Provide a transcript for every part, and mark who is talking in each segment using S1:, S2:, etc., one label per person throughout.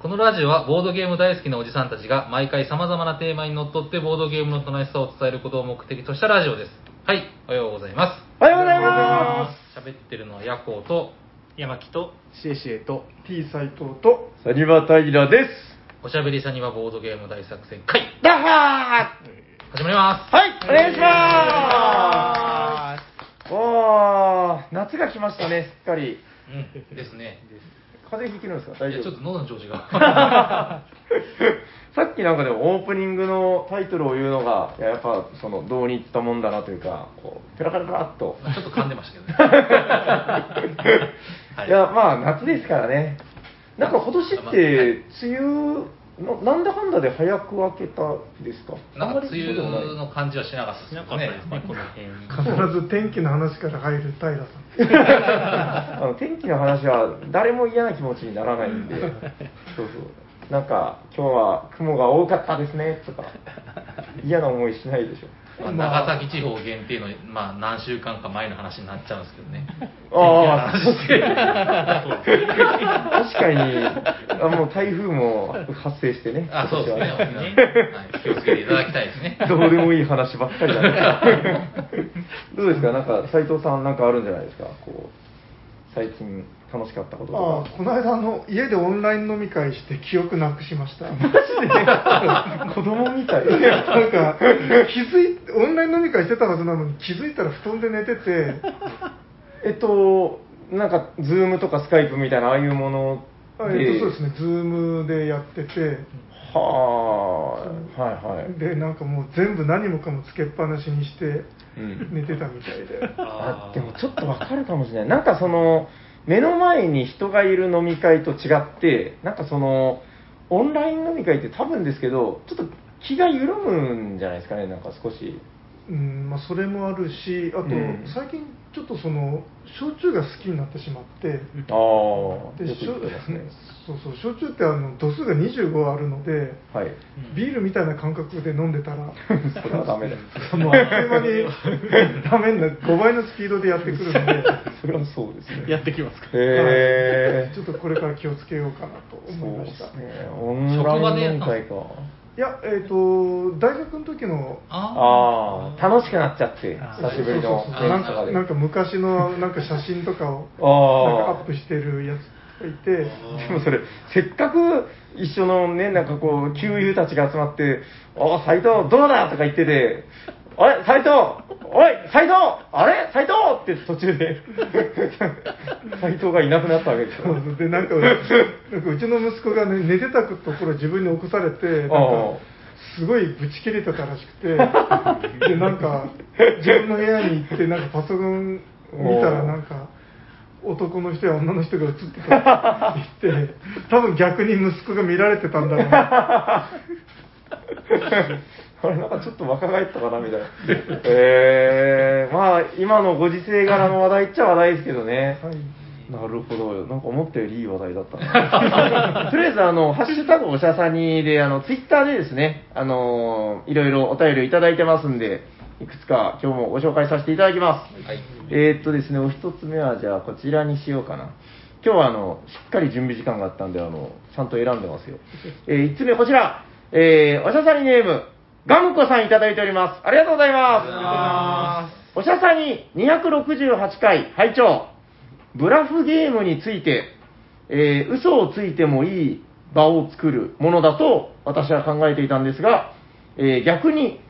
S1: このラジオはボードゲーム大好きなおじさんたちが毎回様々なテーマにのっとってボードゲームの楽しさを伝えることを目的としたラジオです。はい、おはようございま。
S2: おはようございます
S1: 喋ってるのはヤコウと、
S3: 山木と
S2: すシエシエと T 斎藤と
S4: サニバタイラです。
S1: おしゃべりさにはボードゲーム大作戦会、
S2: ダッハ
S1: 始まります。
S2: ーはいお願いしま
S3: は
S2: すわー夏が来ましたねすっかり
S1: うん、ですね。
S2: 風邪ひいてるんですか
S1: い
S2: 大
S1: やち
S2: 丈
S1: ょっ
S2: 夫
S1: と喉の調子が。
S2: さっきなんかでもオープニングのタイトルを言うのがいややっぱそのどうにいったもんだなというかこうペラペラペラっと、
S1: ちょっと噛んでましたけどね。はい
S2: い、やまあ夏ですからねなんか今年って梅雨のなんだかんだで早く明けたですか
S1: なんか
S2: あま
S1: 梅
S2: りそうでもない
S1: 雨の感じはしなかったです
S3: し
S1: ね
S3: なかったですね、この辺。
S5: 必ず天気の話から入る平さん。
S2: あの天気の話は誰も嫌な気持ちにならないんで、 そうそう、なんか今日は雲が多かったですねとか、嫌な思いしないでし
S1: まあ長崎地方限定の、まあ、何週間か前の話になっちゃうんですけどね。
S2: ょ。ああ、
S1: 天気の話して
S2: 確かに、あもう台風も発生してね、
S1: あ、そうですね。
S2: 今年は
S1: はい、気をつけていただきたいですね。
S2: どうでもいい話ばっかりだね。 どうですか、なんか斉藤さん、なんかあるんじゃないですか、こう最近楽しかったことと
S5: あ
S2: か。
S5: あ、この間あの家でオンライン飲み会して記憶なくしま した。
S2: 子供みたい。
S5: なんか気づいオンライン飲み会してたはずなのに気づいたら布団で寝てて、
S2: えっと、なんか、ズームとかスカイプみたいな、ああいうもの
S5: あ
S2: で、
S5: えっとそうですね、ズームでやってて、
S2: はあ、はいはい。
S5: でなんかもう全部何もかもつけっぱなしにして
S2: うん
S5: 寝てたみたいで。
S2: あでもちょっとわかるかもしれない。なんかその、目の前に人がいる飲み会と違って、なんかその、オンライン飲み会って多分ですけど、ちょっと気が緩むんじゃないですかね、なんか少し。
S5: うんまあ、それもあるし、あ
S2: う
S5: と、
S2: ん
S5: 最近ちょっとその焼酎が好きになってしまって、
S2: ああ、よく
S5: で
S2: 言っ
S5: しょ
S2: てますね。
S5: そうそう焼酎ってあの度数が25あるので
S2: はい。
S5: ビールみたいな感覚で飲んで たら
S2: それはダメだ。
S5: もうあっという間に ダメになる5倍のスピードでやってくるので、
S2: それはそうですね。
S3: やってきますか。
S2: へえ。
S5: ちょっとこれから気をつけようかなと
S2: そう
S5: 思いま
S2: で
S5: した、
S2: すね。オンライン飲み会か。
S5: いやえっ、と大学の時の
S2: ああ、楽しくなっちゃって、
S3: あ
S2: 久しぶりの
S5: そうそうそう
S2: 電
S5: なん
S2: 車とか
S5: か
S2: で。
S5: なんか昔のなんか写真とかをなんか
S2: あ
S5: アッ
S2: あ。
S5: プしてるやつがいて
S2: でもそれ、せっかく一緒のね、なんかこう、旧友たちが集まって、ああ、斎藤、どうだとか言ってて、あれ、斎藤おい、斎藤あれ斎藤って途中で、 斎藤がいなくなったわけです
S5: そ
S2: よ。
S5: うで なんかなんかうちの息子が、ね、寝てたところ自分に起こされてなんか
S2: ああ
S5: すごいぶち切れてたら しくてでなんか自分の部屋に行ってなんかパソコン見た
S2: お
S5: ら
S2: う
S5: なんか男の人や女の人が映ってたって言 って多分逆に息子が見られてたんだろうな
S2: あれ、なんかちょっと若返ったかな、みたいな。ええまあ、今のご時世柄の話題っちゃ話題ですけどね。
S5: はい
S2: なるほど。なんか思ったよりいい話題だった な。とりあえず、あの、ハッシュタグおしゃさにで、あの、ツイッターでですね、あの、いろいろお便りをいただいてますんで、いくつか今日もご紹介させていただきます。
S1: はい
S2: えーっとですね、お一つ目は、じゃあ、こちらにしようかな。今日は、あの、しっかり準備時間があったんで、あの、ちゃんと選んで ますよ。えー、一つ目、こちら。えー、おしゃさにネーム、ガムコさんいただいております。ありがとうございます。おしゃさに268回、拝聴ブラフゲームについて、えー嘘をついてもいい場を作るものだと私は考えていたんですが、えー逆に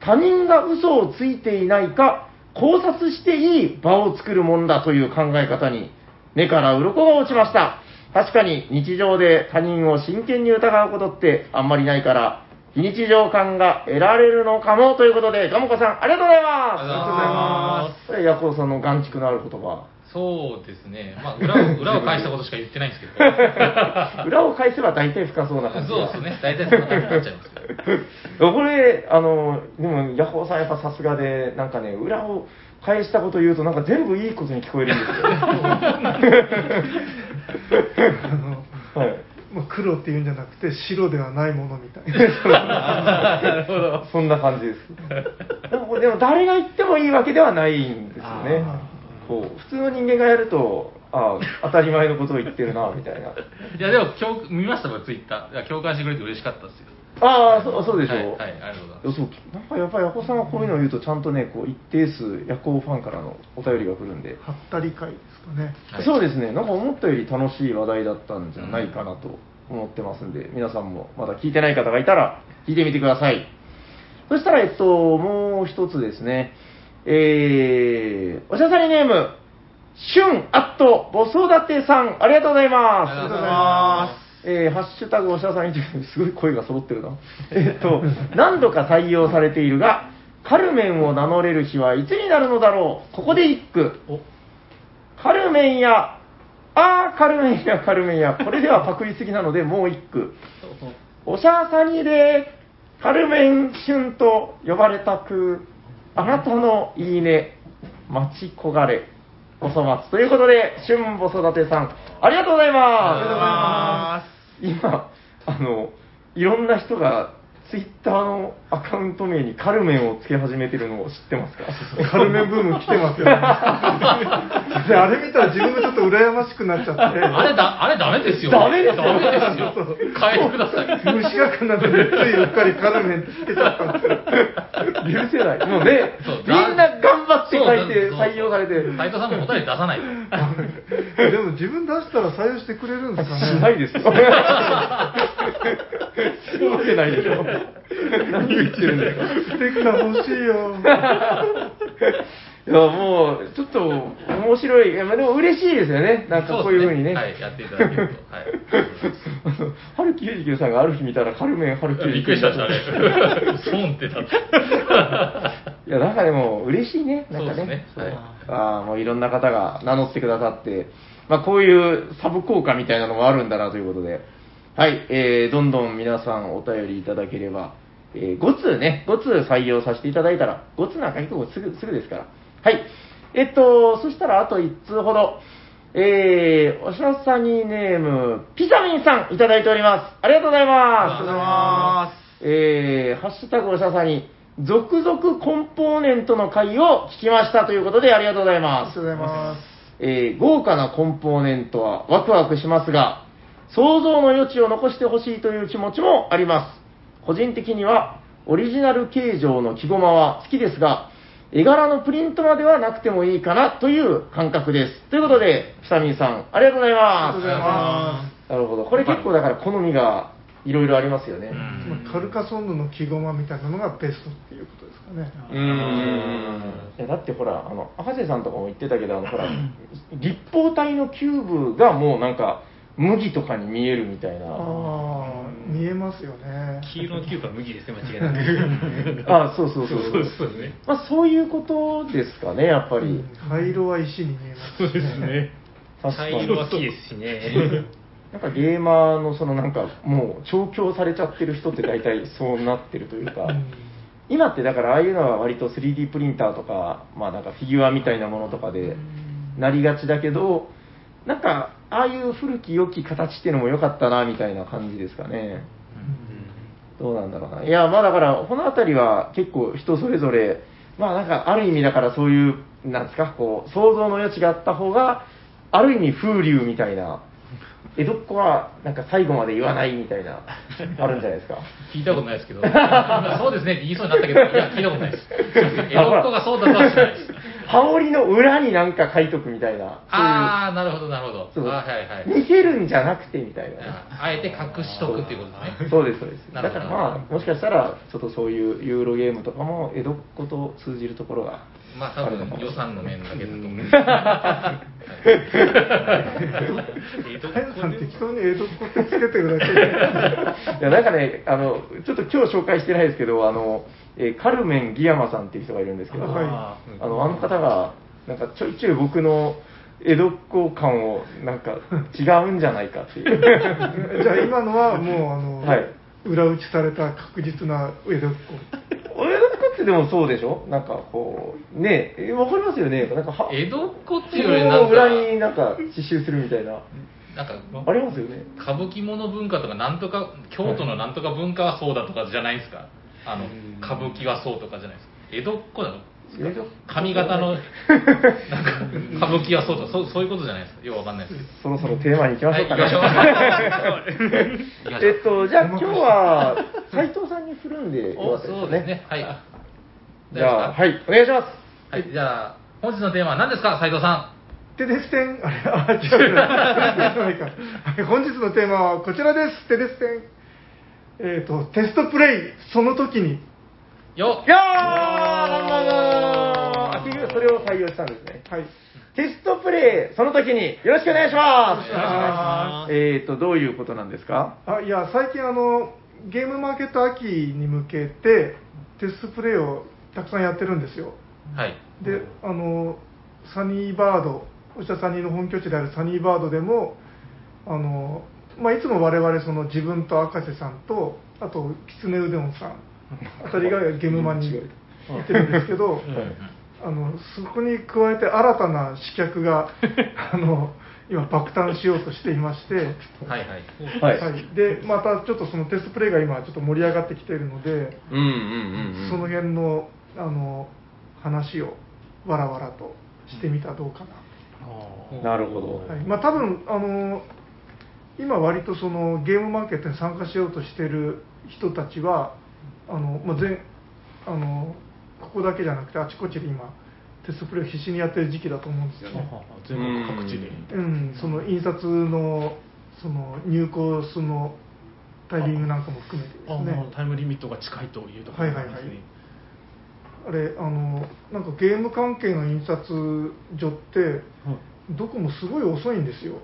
S2: 他人が嘘をついていないか考察していい場を作るものだという考え方に目から鱗が落ちました。確かに日常で他人を真剣に疑うことってあんまりないから、非日常感が得られるのかもということで、ガモコさん、ありがとうございます。
S1: ありがとうございます
S2: これヤコウさんの眼畜のある言葉。
S1: そうですね。まあ、裏を、裏を返したことしか言ってない んですけど。
S2: 裏を返せば大体深そうな感じ
S1: そう
S2: が
S1: ですね。大体そんな感じになっちゃいますけど。
S2: これあのでもヤホーさんやっぱさすがでなんかね裏を返したこと言うとなんか全部いいことに聞こえるんですよ
S5: あの、
S2: はい
S5: まあ、黒っていうんじゃなくて白ではないものみたいな
S2: そんな感じですでもでも誰が言ってもいいわけではないんですよね
S3: あ
S2: こう普通の人間がやるとああ、当たり前のことを言ってるな、みたいな。
S1: いや、でも、共見ましたもん、ツイッター。いや共感してくれて嬉しかったですよ。
S2: ああ、そうそうでしょ
S1: はいはいありがとうございます
S2: やそうなんかやっぱりヤコさんはこういうのを言うと、ちゃんとね、こう一定数ヤコファンからのお便りが来るんで、
S5: はったり会ですかね。
S1: はい
S2: そうですね、なんか思ったより楽しい話題だったんじゃないかなと思ってますんで、皆さんもまだ聞いてない方がいたら、聞いてみてください。そしたら、えっと、もう一つですね、えー、おしゃさりネーム、しゅんアット、ボソダテさん、ありがとうございます。。
S1: ありがとうございます
S2: えーハッシュタグおしゃさりという、すごい声が揃ってるな。 えっと、何度か採用されているが、カルメンを名乗れる日はいつになるのだろうここで一句。
S1: お
S2: カルメンや、あー、カルメンや、カルメンや、これではパクりすぎなので、もう一句。おしゃさにで、カルメンシュンと呼ばれたく、あなたのいいね、待ち焦がれ、おそ松。ということで、シュンボ育てさん、ありがとうござい
S1: あ
S2: ます。今、あの、いろんな人が、ツイッターのアカウント名にカルメンをつけ始めてるのを知ってますか
S5: カルメンブーム来てますよね。で、あれ見たら自分もちょっと羨ましくなっちゃって。
S1: あれだ、あれダメですよ。
S2: ダメですよ
S1: ダメですよ。変えてください。
S5: 虫がかなでついうっかりカルメンってつけちゃったんですよ。
S2: 許せない。もうね
S1: そう、
S2: みんな頑張って書いて
S1: そう
S2: 採用されて、し
S1: 斉藤さんも答え出さないと。
S5: でも自分出したら採用してくれるんですかね。
S2: ないですよ。するわけないでしょ。何言ってるんだよ。
S5: ステッカー欲しいよ。
S2: いや、もう、ちょっと、面白い。いやまあでも嬉しいですよね。なんかこういうふうにね。
S1: そですはい、やっていただけると。はい。
S2: あの 春木99さんがある日見たら、カルメン春木99
S1: びっくりしました、あれ。ソンってだって。
S2: いや、なんかでも、嬉しいね。なんか
S1: そう
S2: ね
S1: で。すねはい
S2: ああ、もういろんな方が名乗ってくださって、まあこういうサブ効果みたいなのもあるんだなということで、はい、えー、どんどん皆さんお便りいただければ、えー、5通ね、5通採用させていただいたら、5通なんか結構すぐ、すぐですから。はい。えっと、そしたらあと1通ほど、えー、おしゃさにネーム、ピザミンさんいただいております。ありがとうございます。。
S1: ありがとうございます
S2: えー、ハッシュタグおしゃさに、続々コンポーネントの会を聞きましたということでありがとうござい
S5: あり
S2: ま
S5: が
S2: す
S5: とう。ございます。
S2: えー豪華なコンポーネントはワクワクしますが、想像の余地を残してほしいという気持ちもあります。個人的には、オリジナル形状の木駒は好きですが、絵柄のプリントまではなくてもいいかなという感覚です。ということで、ピサミンさん、ありがとうござい
S5: ありがとう
S2: ま
S5: ございま
S2: なるほど。これ結構だから好みがいろいろありますよね。
S1: うん
S5: す。まあカルカソンヌの木駒みたいなのがベストっていうことですかね。
S2: うーんいやだってほら、あの赤瀬さんとかも言ってたけど、あのほら立方体のキューブがもうなんか、麦とかに見えるみたいな、あ
S5: ああ、見えますよね。
S3: 黄色のキューブは麦ですね、間違いなく。
S2: あそうそうそう
S3: そうそうですね。
S2: まあ、そういうことですかね、やっぱり、
S5: うん灰色は石に見えます。
S3: そうですね。
S2: 確か
S3: 茶
S2: に
S3: 色は木ですしね。
S2: なんかゲーマーの、そのなんか、もう調教されちゃってる人って、大体そうなってるというか。今ってだからああいうのは割と 3D プリンターとか,、まあ、なんかフィギュアみたいなものとかでなりがちだけどなんかああいう古き良き形っていうのも良かったなみたいな感じですかねどうなんだろうないやまあだからこの辺りは結構人それぞれまあなんかある意味だからそういうなんですかこう想像の余地があった方がある意味風流みたいな江戸っ子はなんか最後まで言わないみたいなあるんじゃないですか
S1: 聞いたことないですけど、そうですねって言いそうになったけど、いや、聞いたことないです。 江戸っ子がそうだとはしないです。
S2: 羽織の裏になんか書いとくみたいな。
S1: ああ、なるほど、なるほど。
S2: そう
S1: あはいはい。
S2: 見せるんじゃなくてみたいな。
S1: ああえて隠しとくっていうことですね。
S2: そうです、そうです。
S1: な
S2: だ
S1: る
S2: か
S1: ほど
S2: らまあ、もしかしたら、ちょっとそういうユーロゲームとかも、江戸っ子と通じるところが。
S1: まあ多分予算の面だけだと思うんです
S3: 江戸っ
S5: タイ
S3: 子
S5: さん
S3: で
S5: 適当に江戸っ子ってつけてるだけで。
S2: いや、なんかね、あの、ちょっと今日紹介してないですけど、あの、えーカルメン・ギヤマさんっていう人がいるんですけど、
S5: はい
S2: あの、あの方が、なんかちょいちょい僕の江戸っ子感を、なんか違うんじゃないかって いう。
S5: じゃあ今のはもうあの、
S2: はい
S5: 裏打ちされた確実な江戸っ子。
S2: 俺の子ってでもそうでしょなんかこう、ねえ、えわかりますよねなんかは、
S1: 江戸っ子っていうより
S2: の
S1: なん
S2: 裏に
S1: か、
S2: なんか刺繍するみたいな。
S1: なんか、
S2: ありますよね。
S1: 歌舞伎もの文化とか、なんとか、京都のなんとか文化はそうだとかじゃないですか。あの、歌舞伎はそうとかじゃないですか。江戸っ子なの
S2: 冷蔵庫
S1: 髪型の、なんか、歌舞伎はそうだ、そうそういうことじゃないですか。よくわかんないですけど。
S2: そろそろテーマに行きましょうかね。
S1: は い、行きましょう。行きましょう
S2: えっと、じゃあ今日は斉藤さんに振るんでよか
S1: お
S2: ったで
S1: そ
S2: すか
S1: う
S2: ね。
S1: ですね。はい。。
S2: じゃあ、はいい、お願いします。
S1: はい、じゃあ、本日のテーマは何ですか、斉藤さ
S5: テデス テン、あれ、あ、違う、違う違うはい本日のテーマはこちらです、テデステン。えっ、と、テストプレイ、その時に。
S1: ん。よ
S2: よーあ結局それを採用したんですね。
S5: はい。
S2: テストプレイ、その時によろしくお願いします。
S5: お願いします
S2: えっと、どういうことなんですか
S5: あいや最近あのゲームマーケット秋に向けてテストプレイをたくさんやってるんですよ
S1: はい。
S5: であのサニーバードおしゃサニーの本拠地であるサニーバードでもあの、まあ、いつも我々その自分と赤瀬さんとあときつねうどんさんあたりがゲームマンに行ってるんですけど、あのそこに加えて新たな刺客があの今爆誕しようとしていまして
S1: はいはい。
S2: は
S5: はい。でまたちょっとそのテストプレイが今ちょっと盛り上がってきているので、
S2: うんうんうんうん。
S5: その辺のあの話をわらわらとしてみたらどうか
S2: なるほど
S5: な、はい、まあ多分あの今割とそのゲームマーケットに参加しようとしている人たちはあの、まあ、全あのここだけじゃなくてあちこちで今テストプレイを必死にやってる時期だと思うんですよね。
S6: 全国各地で
S2: うん
S5: うん、その印刷のその入稿そのタイミングなんかも含めてで
S6: あ
S5: すね
S6: ータイムリミットが近いというところなんですね
S5: あれあのなんかゲーム関係の印刷所ってどこもすごい遅いんですよ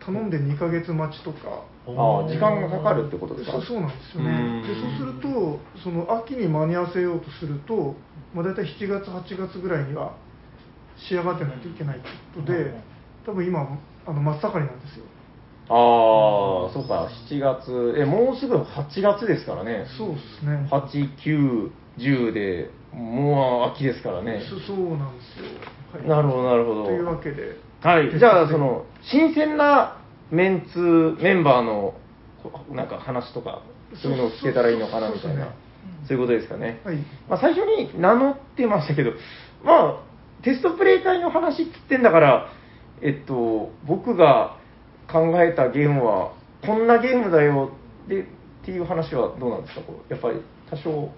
S5: 頼んで2ヶ月待ちとか
S2: ああ、時間がかかるってことですか
S5: そうそうなんですよ
S2: うん
S5: ねでそうするとその秋に間に合わせようとすると、まあ、大体7月8月ぐらいには仕上がってないといけないってことで多分今あの真っ盛りなんですよ
S2: ああ、そうか、7月、え、もうすぐ8月ですからね。
S5: そうですね
S2: 8、9、10で、もう秋ですからね。
S5: そそうなんですよ、はい
S2: なるほど、なるほど。
S5: というわけで
S2: はい、じゃあ、その、新鮮なメンツ、メンバーの、こなんか話とか、そういうのを聞けたらいいのかなみたいな、そういうことですかね。
S5: はい
S2: まあ、最初に名乗ってましたけど、まあ、テストプレイ会の話っつってんだから、えっと、僕が考えたゲームは、こんなゲームだよ、で、っていう話はどうなんですかこうやっぱり、多少。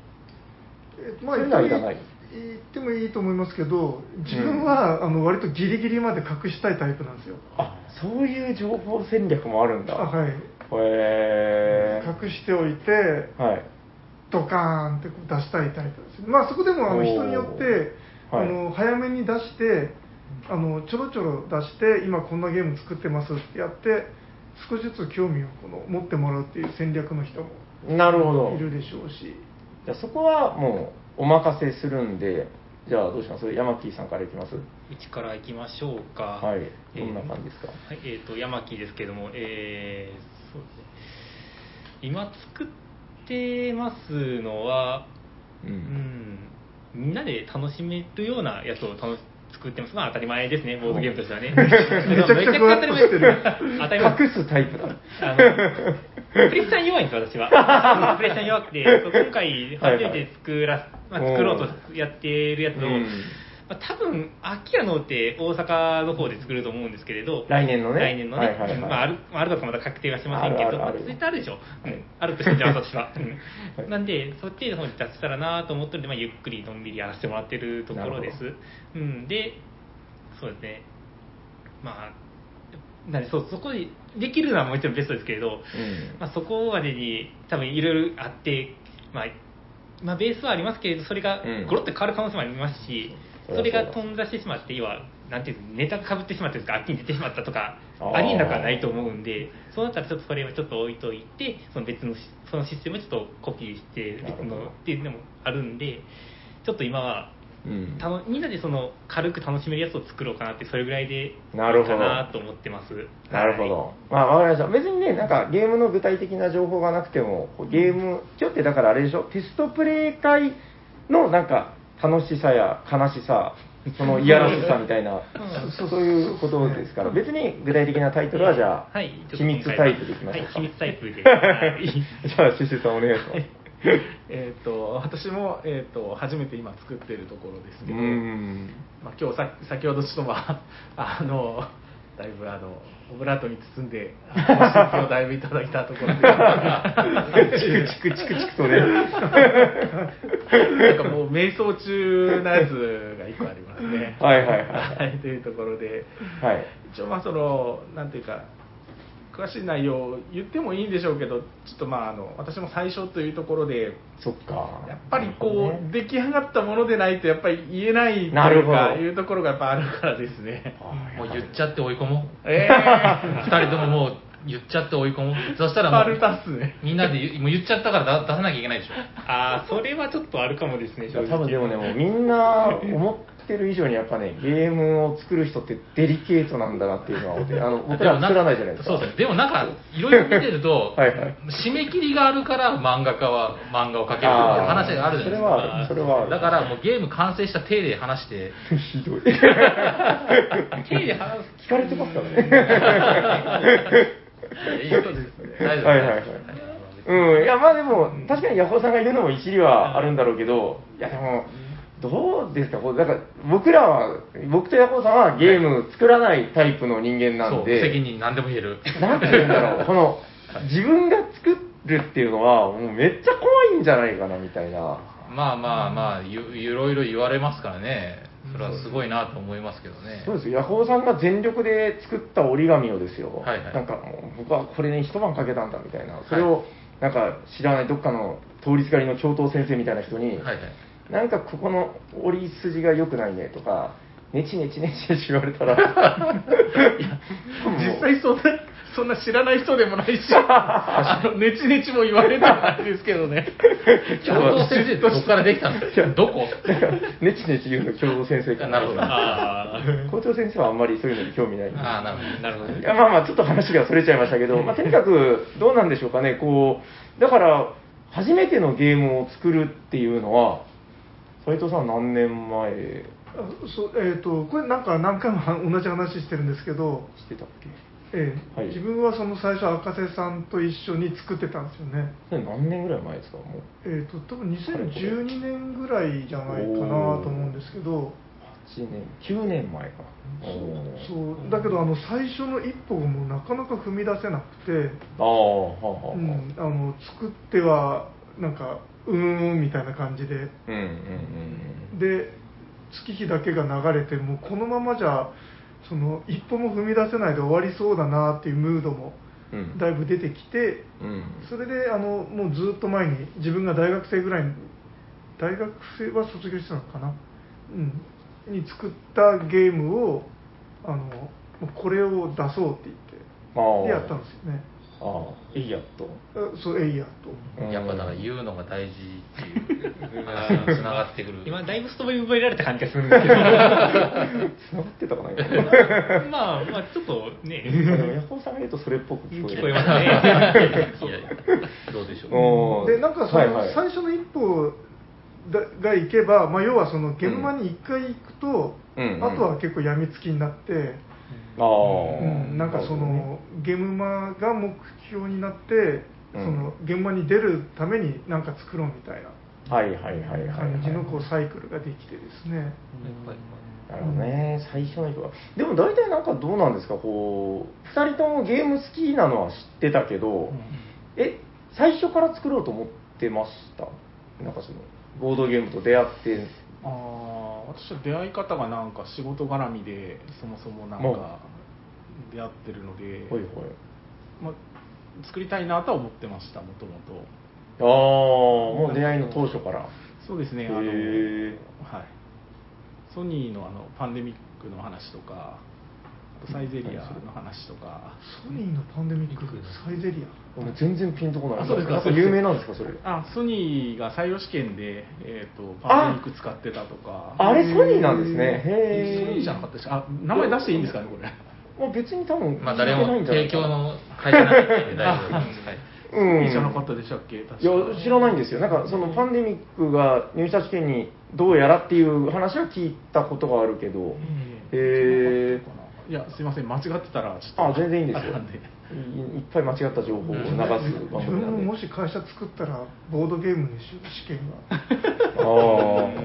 S5: えまあ
S2: そういう
S5: 言っ
S2: のは
S5: て
S2: いらない
S5: 言ってもいいと思いますけど自分は、あの割とギリギリまで隠したいタイプなんですよ
S2: あ、そういう情報戦略もあるんだ。
S5: あはい
S2: へー
S5: 隠しておいて
S2: はい。
S5: ドカーンってこう出したいタイプですねまあそこでもあ
S2: お
S5: の
S2: ー
S5: 人によって、
S2: はい
S5: あの早めに出してあのちょろちょろ出して今こんなゲーム作ってますってやって少しずつ興味をこの持ってもらうっていう戦略の人も
S2: なるほど。
S5: いるでしょうし
S2: じゃあそこはもうお任せするんで、じゃあどうしますヤマキーさんからいきます
S4: 一から行きましょうか。
S2: はい。
S4: え
S2: ど
S4: ー
S2: んな感じですか、
S4: はい、えっ、と、山木ですけども、えー、そうですね。今作ってますのは、
S2: う。
S4: うんん、みんなで楽しめるようなやつを楽し作ってます。まあ当たり前ですね、ボードゲームとしてはね。めち
S5: めちゃくちゃ
S4: 当たり前ですね。当たり 前。
S2: 隠すタイプだ。
S4: あの、 プレッシャーに弱いんです、私は。プレッシャーに弱くて、そう今回初めて作ら、
S2: はいはい
S4: まあ、作ろうとやってるやつを、
S2: うん
S4: まあ、多分、秋やのって大阪の方で作ると思うんですけれど、
S2: 来年のね
S4: 来年のね、
S2: はいはいはい
S4: まあ、ある、まあ、あるとかまだ確定はしてませんけ
S2: ある
S4: ど、
S2: あるある
S4: まあ絶対あるでしょ。うんあるとしてじゃあ私は。うん
S2: はい
S4: なんで、そっちの方に出せたらなと思ってるんで、まあ、ゆっくりのんびりやらせてもらってるところで
S2: な
S4: す。うん、で、そうですね。まあ、なんでそうそこでできるのはもちろんベストですけれど、
S2: うん
S4: まあ、そこまでに多分いろいろあって、まあまあ、ベースはありますけれどそれが
S2: うん
S4: ゴロッと変わる可能性もありますし、
S2: そりゃそうだ
S4: それが頓挫してしまって要はなんていうんですネタがかぶってしまってるとか秋に出てしまったとか
S2: あー
S4: ありえなくはないと思うんでそうなったらちょっとそれはちょっと置いといてその別のシそのシステムをちょっとコピーして
S2: なるほ
S4: 別
S2: ど
S4: のっていうのもあるんでちょっと今は
S2: うん
S4: たのみんなでその軽く楽しめるやつを作ろうかなってそれぐらいでいいか
S2: なるほど
S4: なと思ってます
S2: なるほど。まあ、わかりました。別にね、なんかゲームの具体的な情報がなくても、こうゲーム、今日ってだからあれでしょ、テストプレイ会のなんか楽しさや悲しさ、そのいやらしさみたいな、そういうことですから、別に具体的なタイトルはじゃあ、
S4: はい、ちょっと
S2: 秘密
S4: 今回
S2: タ イ
S4: は
S2: プでいきましょうか。
S4: はい、秘密タイプで。はい
S2: じゃあ、シュシュさんお願いします。
S4: えっと私も、えっと初めて今作ってるところですけど、
S2: ん。
S4: まあ、今日さ先ほどちょっとまああのだいぶあのオブラートに包 んでご指摘をだいぶいただいたところで
S2: チクチクチクとね。。
S4: なんかもう瞑想中なやつが1個ありますね
S2: はいはいは
S4: はい、というところで、
S2: はい。
S4: 一応まあその、なんていうか、詳しい内容を言ってもいいんでしょうけど、ちょっとまああの私も最初というところで、
S2: そっか。
S4: やっぱりこう、出来上がったものでないと、やっぱり言えないという
S2: なるほ
S4: か、
S2: ど
S4: いうところがやっぱあるからですね。
S1: もう言っちゃって追い込もう。
S4: え
S1: 二人とももう言っちゃって追い込もう。そした
S4: ー、
S1: ら
S4: パ
S1: も
S4: ル
S1: う、
S4: タっすね。
S1: みんなで言うもう言っちゃったから出出さなきゃいけないでしょ。
S3: ああ、それはちょっとあるかもですね、
S2: い
S3: 正
S2: や
S3: 直。
S2: 多分でもね、もうみんな思ってる以上にやっぱね、ゲームを作る人ってデリケートなんだなっていうのは、あの僕らは作らないじゃないですか。、
S1: そうですね。でもなんか、いろいろ見てると
S2: はいはい
S1: 締め切りがあるから漫画家は漫画を描けるっていう話があるじゃないですか。
S2: それはある。それはある。
S1: だからもうゲーム完成した体で話して、
S2: ひどい。聞かれてますからね。
S1: いやいいですね大丈夫です。
S2: はいはいはいうん、いやまあでも、確かにヤホーさんが言うのも一理はあるんだろうけど、いやでも、どうですか、こうだから僕らは、僕とヤホーさんはゲーム作らないタイプの人間なん
S1: そう、
S2: で、
S1: 責任何でも言える。
S2: なんて言うんだろう、この、自分が作るっていうのは、もうめっちゃ怖いんじゃないかなみたいな。
S1: まあまあまあ、ゆいろいろ言われますからね。それはすごいなと思いますけどね。
S2: そうですよ、ヤホーさんが全力で作った折り紙をですよ、
S1: はいはい
S2: なんかもう僕はこれに一晩かけたんだみたいな、それをなんか知らないどっかの通りすがりの教頭先生みたいな人に、
S1: はいはい。
S2: なんかここの折り筋が良くないねとか、ねちねちねちねち言われた ら、
S4: 実際そんな、そんな知らない人でもないし、あの、ネチネチも言われたらあれですけどね。
S1: 教頭先生ってどこからできたんですかどこ
S2: なんかねちねち言うの教頭先生か
S1: なるほど。あ
S2: 校長先生はあんまりそういうのに興味ないんで
S1: あ、なるほど。なるほど。
S2: いやまあまあ、ちょっと話がそれちゃいましたけど、まあ、とにかくどうなんでしょうかね、こうだから、初めてのゲームを作るっていうのは、斉藤さん、何年前
S5: あそうえー、とこれなんか何回もは同じ話してるんですけど、
S2: してたっけ
S5: ええ
S2: はい
S5: 自分はその最初赤瀬さんと一緒に作ってたんですよね
S2: それ何年ぐらい前ですか、もう。
S5: えっ、と多分2012年ぐらいじゃないかなと思うんですけど
S2: 8年、9年前か。
S5: そ
S2: おー
S5: うだけどあの最初の一歩がもうなかなか踏み出せなくて、
S2: ああ、はあはあはあ。
S5: う
S2: うんん、
S5: あの作ってはなんかうーんみたいな感じで
S2: うんうん
S5: で月日だけが流れてもうこのままじゃその一歩も踏み出せないで終わりそうだなっていうムードも
S2: うん。うん。
S5: だいぶ出てきて、
S2: うん。
S5: それであのもうずっと前に自分が大学生ぐらいに大学生は卒業してたのかな、うん、に作ったゲームをあのもうこれを出そうって
S2: あ
S5: 言っ
S2: あ。
S5: てでやったんですよね
S2: ああ、いいやっと。
S5: あそうえいやと
S2: うん
S1: やっぱだから言うのが大事っていう話に繋がってくる。
S3: 今、だいぶストーリー覚えられた感じがするんですけど、
S2: つながってたかな、今。
S3: まあ、まあ、ちょっとね、
S2: でもヤホーさんが言うとそれっぽく聞こえる。
S3: 聞こえますね。
S1: いやいやどうでしょう。
S2: おー
S5: でなんかその
S2: はいはい
S5: 最初の一歩だが行けば、まあ、要はその現場に一回行くと、
S2: うんうん
S5: あとは結構やみつきになって、
S2: ああ、
S5: うん、なんかそのゲームマが目標になって、
S2: うん
S5: その現場に出るために何か作ろうみたいな
S2: はいはいはいはい、はい、
S5: 感じのこうサイクルができてですね、
S2: なるほどね最初の人がでも大体なんかどうなんですかこう2人ともゲーム好きなのは知ってたけど、え最初から作ろうと思ってましたなんかそのボードゲームと出会って
S4: ああ私は出会い方がなんか仕事絡みでそもそもなんか
S2: ま
S4: 出会ってるので、
S2: ほい
S4: まあ、作りたいなとは思ってましたもともと
S2: ほいああもう出会いの当初から
S4: そうですねあの、
S2: へえ
S4: はい、ソニーのあのパンデミックの話とかあとサイゼリアの話とか
S5: ソニーのパンデミックサイゼリ
S2: 俺全然ピンとこない
S4: あそうですか
S2: なんか有名なんですかそれ
S4: あソニーが採用試験で、えー、とパンデミック使ってたとか
S2: あれソニーなんですねへえ
S4: ソニーじゃなかったでしょあ名前出していいんですかねこれ
S2: まあ別に多分
S1: まあ誰
S2: 聞
S1: も
S2: いてな
S1: 提
S2: いんじゃ
S1: 供
S2: な
S1: の会
S2: いかな
S1: 社なんで大丈夫です。はい
S2: うん
S4: いいじゃなかったでしたっけ確か
S2: いや知らないんですよ、なんかそのパンデミックが入社試験にどうやらっていう話は聞いたことがあるけど、
S4: え
S2: え
S4: ーいや、すいません、間違ってたら、ちょっと。
S2: あ全然いいんですよ
S4: あれなんで。
S2: いいっぱい間違った情報を流す番
S5: 自
S2: 組
S5: 分
S2: な
S5: も
S2: んで
S5: もし会社作ったらボードゲームにしよう試験 は
S2: あ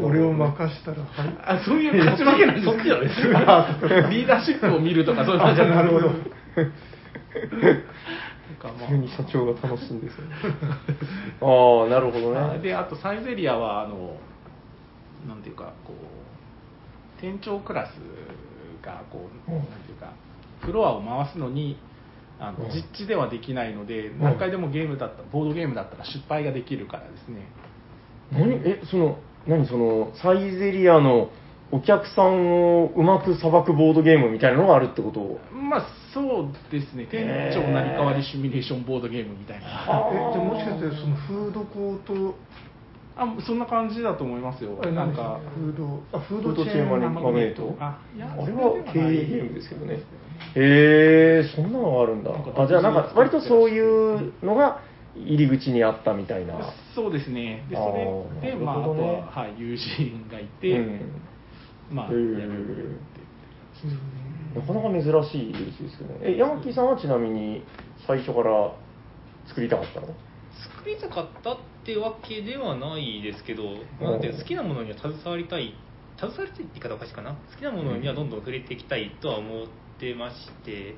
S2: あ
S5: 俺を任したらはい
S4: あ、そういう勝ち負けなんですかそっちじゃないですか。リーダーシップを見るとか、そういう感じじゃな
S5: な
S4: く
S5: るほ
S4: て
S5: ど
S4: なんかまあ
S2: 急に社長が楽しいんですよね ああなるほど
S4: あ
S2: ね
S4: であとサイゼリアはあのなんていうかこう店長クラスがこう、
S2: うん
S4: なんていうかフロアを回すのにあの、
S2: うん
S4: 実地ではできないので
S2: ん
S4: 何回でもゲームだったボードゲームだったら失敗ができるからですね
S2: 何えその何そのサイゼリアのお客さんをうまくさばくボードゲームみたいなのがあるってことを
S4: まあそうですね店
S2: へー
S4: 長何かわりシミュレーションボードゲームみたいな
S2: あ
S5: えじゃあもしかしてそのフードコート
S4: あそんな感じだと思いますよ
S5: あれな
S4: な
S5: んんか
S4: か
S5: フードあフ
S2: フ
S5: ードチェーン
S2: マ
S5: マ
S2: ネ
S5: ネ
S2: マネート
S4: あいや
S2: あれは
S4: そ
S2: 経
S4: れではない
S2: 営ゲームですけどねへえそんなのがあるんだ
S4: なんか
S2: あじゃあなんか割とそういうのが入り口にあったみたいな
S4: そうですねで
S2: あ
S4: そ
S2: ー
S4: れで
S2: なる
S4: まああ
S2: ほ
S4: と
S2: どね
S4: は、はい、友人がいて、
S2: うん
S4: まあ、
S2: へ
S4: や
S2: ー
S4: るって
S2: なかなか珍しい入り口ですけどねえヤマキーさんはちなみに最初から作りたかったの
S3: 作りたかったってわけではないですけど、なんていうの好きなものには携わりたい、携わりたいって言い方おかしいかな、好きなものにはどんどん触れていきたいとは思ってまして、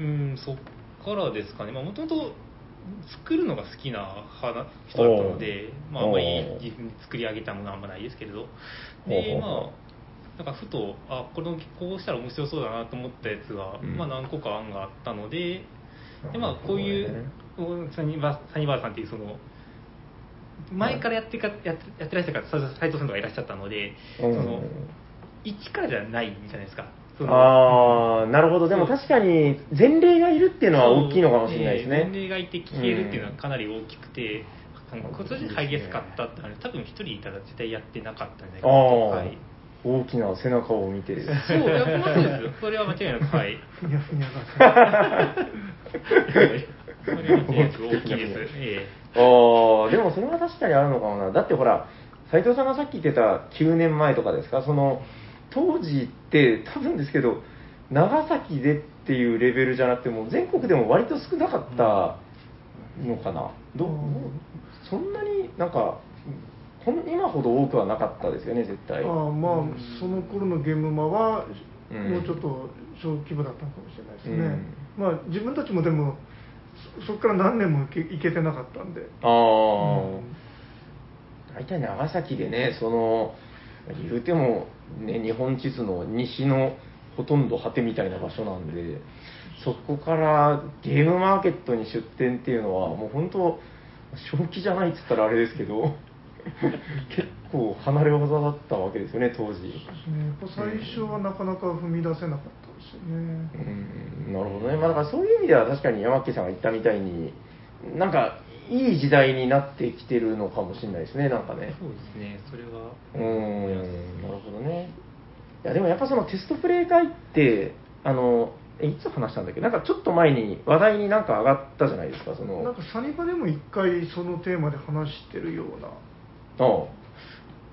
S3: うん、そっからですかね、もともと作るのが好きな派な人だったので、
S2: おう
S3: まあ、あんまり
S2: おう
S3: 自分で作り上げたものはあんまないですけれど、
S2: お
S3: で
S2: う、
S3: まあ、なんかふと、あこれのこうしたら面白そうだなと思ったやつが、
S2: うん
S3: まあ、何個か案があったので、でま
S2: な
S3: あ、
S2: る
S3: こ
S2: ほど
S3: う
S2: ね
S3: いうサニバサニバーさんっていうその前からやってかやってやってらっしゃる方斎藤さんとかいらっしゃったので、
S2: うん
S3: その一からじゃないじゃないですか。その
S2: ああなるほどでも
S3: そう
S2: 確かに前例がいるっていうのは大きいのかもしれないです
S3: そう前
S2: ね
S3: 例がいて聞けるっていうのはかなり大きくて、あの今年入りやすかったってのは多分一人いたら絶対やってなかったんじゃない
S2: あ
S3: かなと。
S2: あ
S3: はい
S2: 大きな背中を見て
S3: そう、いやそんなことです よ。それは間違いなく、はい。
S5: ふにゃふにゃが
S3: それは間違いなく大きいです。え
S2: ああ、でもそれは確かにあるのかもな。だってほら、斉藤さんがさっき言ってた9年前とかですか、その、当時って多分ですけど、長崎でっていうレベルじゃなくても、全国でも割と少なかったのかな。どう
S5: うん
S2: そんなになんか、こん今ほど多くはなかったですよね、絶対。
S5: ああまあその頃のゲームマは
S2: うん
S5: もうちょっと小規模だったのかもしれないですね、
S2: うん
S5: まあ自分たちもでもそそこから何年も行け行けてなかったんで
S2: ああ、
S5: うん
S2: 大体長崎でね、その、言うても、ね、日本地図の西のほとんど果てみたいな場所なんで、そこからゲームマーケットに出店っていうのは、もう本当、正気じゃないって言ったらあれですけど、結構離れ技だったわけですよね、当時。
S5: ねやっぱ最初はなかなか踏み出せなかったですよね、
S2: うんなるほどね、まあ、だからそういう意味では確かに山家さんが言ったみたいに、なんかいい時代になってきてるのかもしれないですね、なんか
S3: え
S2: ね。
S3: そうですね。それは。
S2: うーん、なるほどね。いや、でもやっぱそのテストプレイ会って、あの、えいつ話したんだっけなんかちょっと前に話題になんか上がったじゃないですか、その。
S5: なんかサニバでも一回そのテーマで話してるような
S2: ああど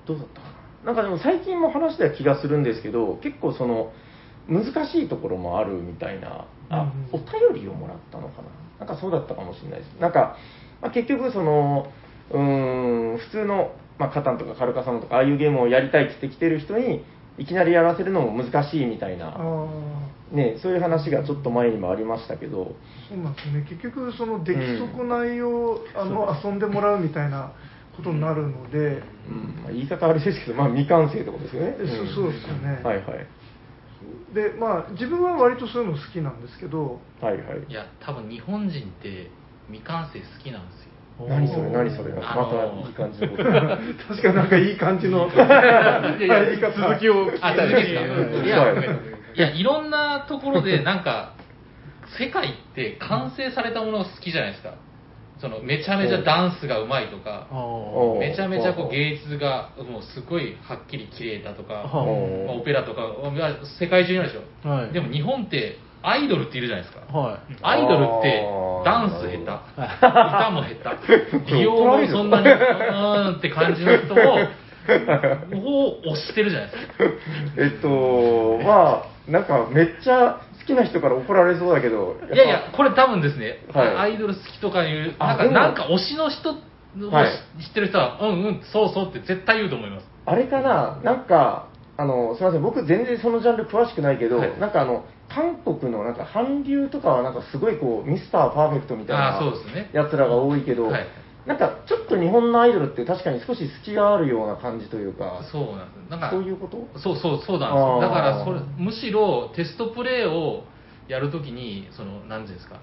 S2: うだったかななんかでも最近も話した気がするんですけど結構その難しいところもあるみたいなあ、
S5: う
S2: お
S5: ん
S2: 便りをもらったのかななんかそうだったかもしれないですなんか、まあ、結局そのうーん普通の、まあ、カタンとかカルカサンとかああいうゲームをやりたいって言ってきてる人にいきなりやらせるのも難しいみたい
S5: あ
S2: な、
S5: あ
S2: ね、そういう話がちょっと前にもありましたけど
S5: そうなんですね結局その出来損ないを、あの遊んでもらうみたいなことになるので、
S2: うんまあ言い方あれですけど、まあ、未完成ってことですよね。
S5: えそそうですよね
S2: はいはい。
S5: でまあ自分は割とそういうの好きなんですけど
S2: はいはい。
S1: いや、多分日本人って未完成好きなんですよ。
S2: 何それ何それ
S1: あ
S2: ま
S1: のー
S2: たいい感じのことは
S5: 確かなんかいい感じの
S4: いやいや、続きを聞き
S1: あ、
S4: た
S1: 続
S4: い
S1: けてた
S2: はい
S1: いや
S2: はい
S1: いや、いろんなところ で、なんか、世界って完成されたものが好きじゃないですか。その、めちゃめちゃダンスがうまいとか、
S2: おう
S1: めちゃめちゃこ
S2: おう
S1: う芸術が、もうすごいはっきり綺麗だとか、
S4: お
S1: ま あオペラとか、まあ世界中にあるでしょ。
S4: はい
S1: でも日本って、アイドルっているじゃないですか。
S4: はい
S1: アイドルって
S2: あー
S1: ダンス下手、歌も下手、美容もそんなにうーんって感じの 人を、を推してるじゃないですか。
S2: えっとまあなんかめっちゃ好きな人から怒られそうだけど、
S1: いやいや、これ多分ですね、
S2: はい
S1: アイドル好きとかいう、
S2: あ
S1: なんか
S2: でも
S1: なんか推しの人を知
S2: はい
S1: 知ってる人は、うんうん、そうそうって絶対言うと思います。
S2: あれかな、なんか、あのすみません、僕、全然そのジャンル詳しくないけど、
S1: はい
S2: なんかあの、韓国のなんか韓流とかは、なんかすごいこう、ミスターパーフェクトみたい
S1: あー
S2: な
S1: そうですね
S2: やつらが多いけど、
S1: はい
S2: なんかちょっと日本のアイドルって、確かに少し隙があるような感じというか、
S1: そうなんです。なんか、
S2: そういうこと
S1: そうそうそうなん
S2: あ
S1: ですよ
S2: ー
S1: だからそれむしろテストプレーをやるときにその何ていうんですか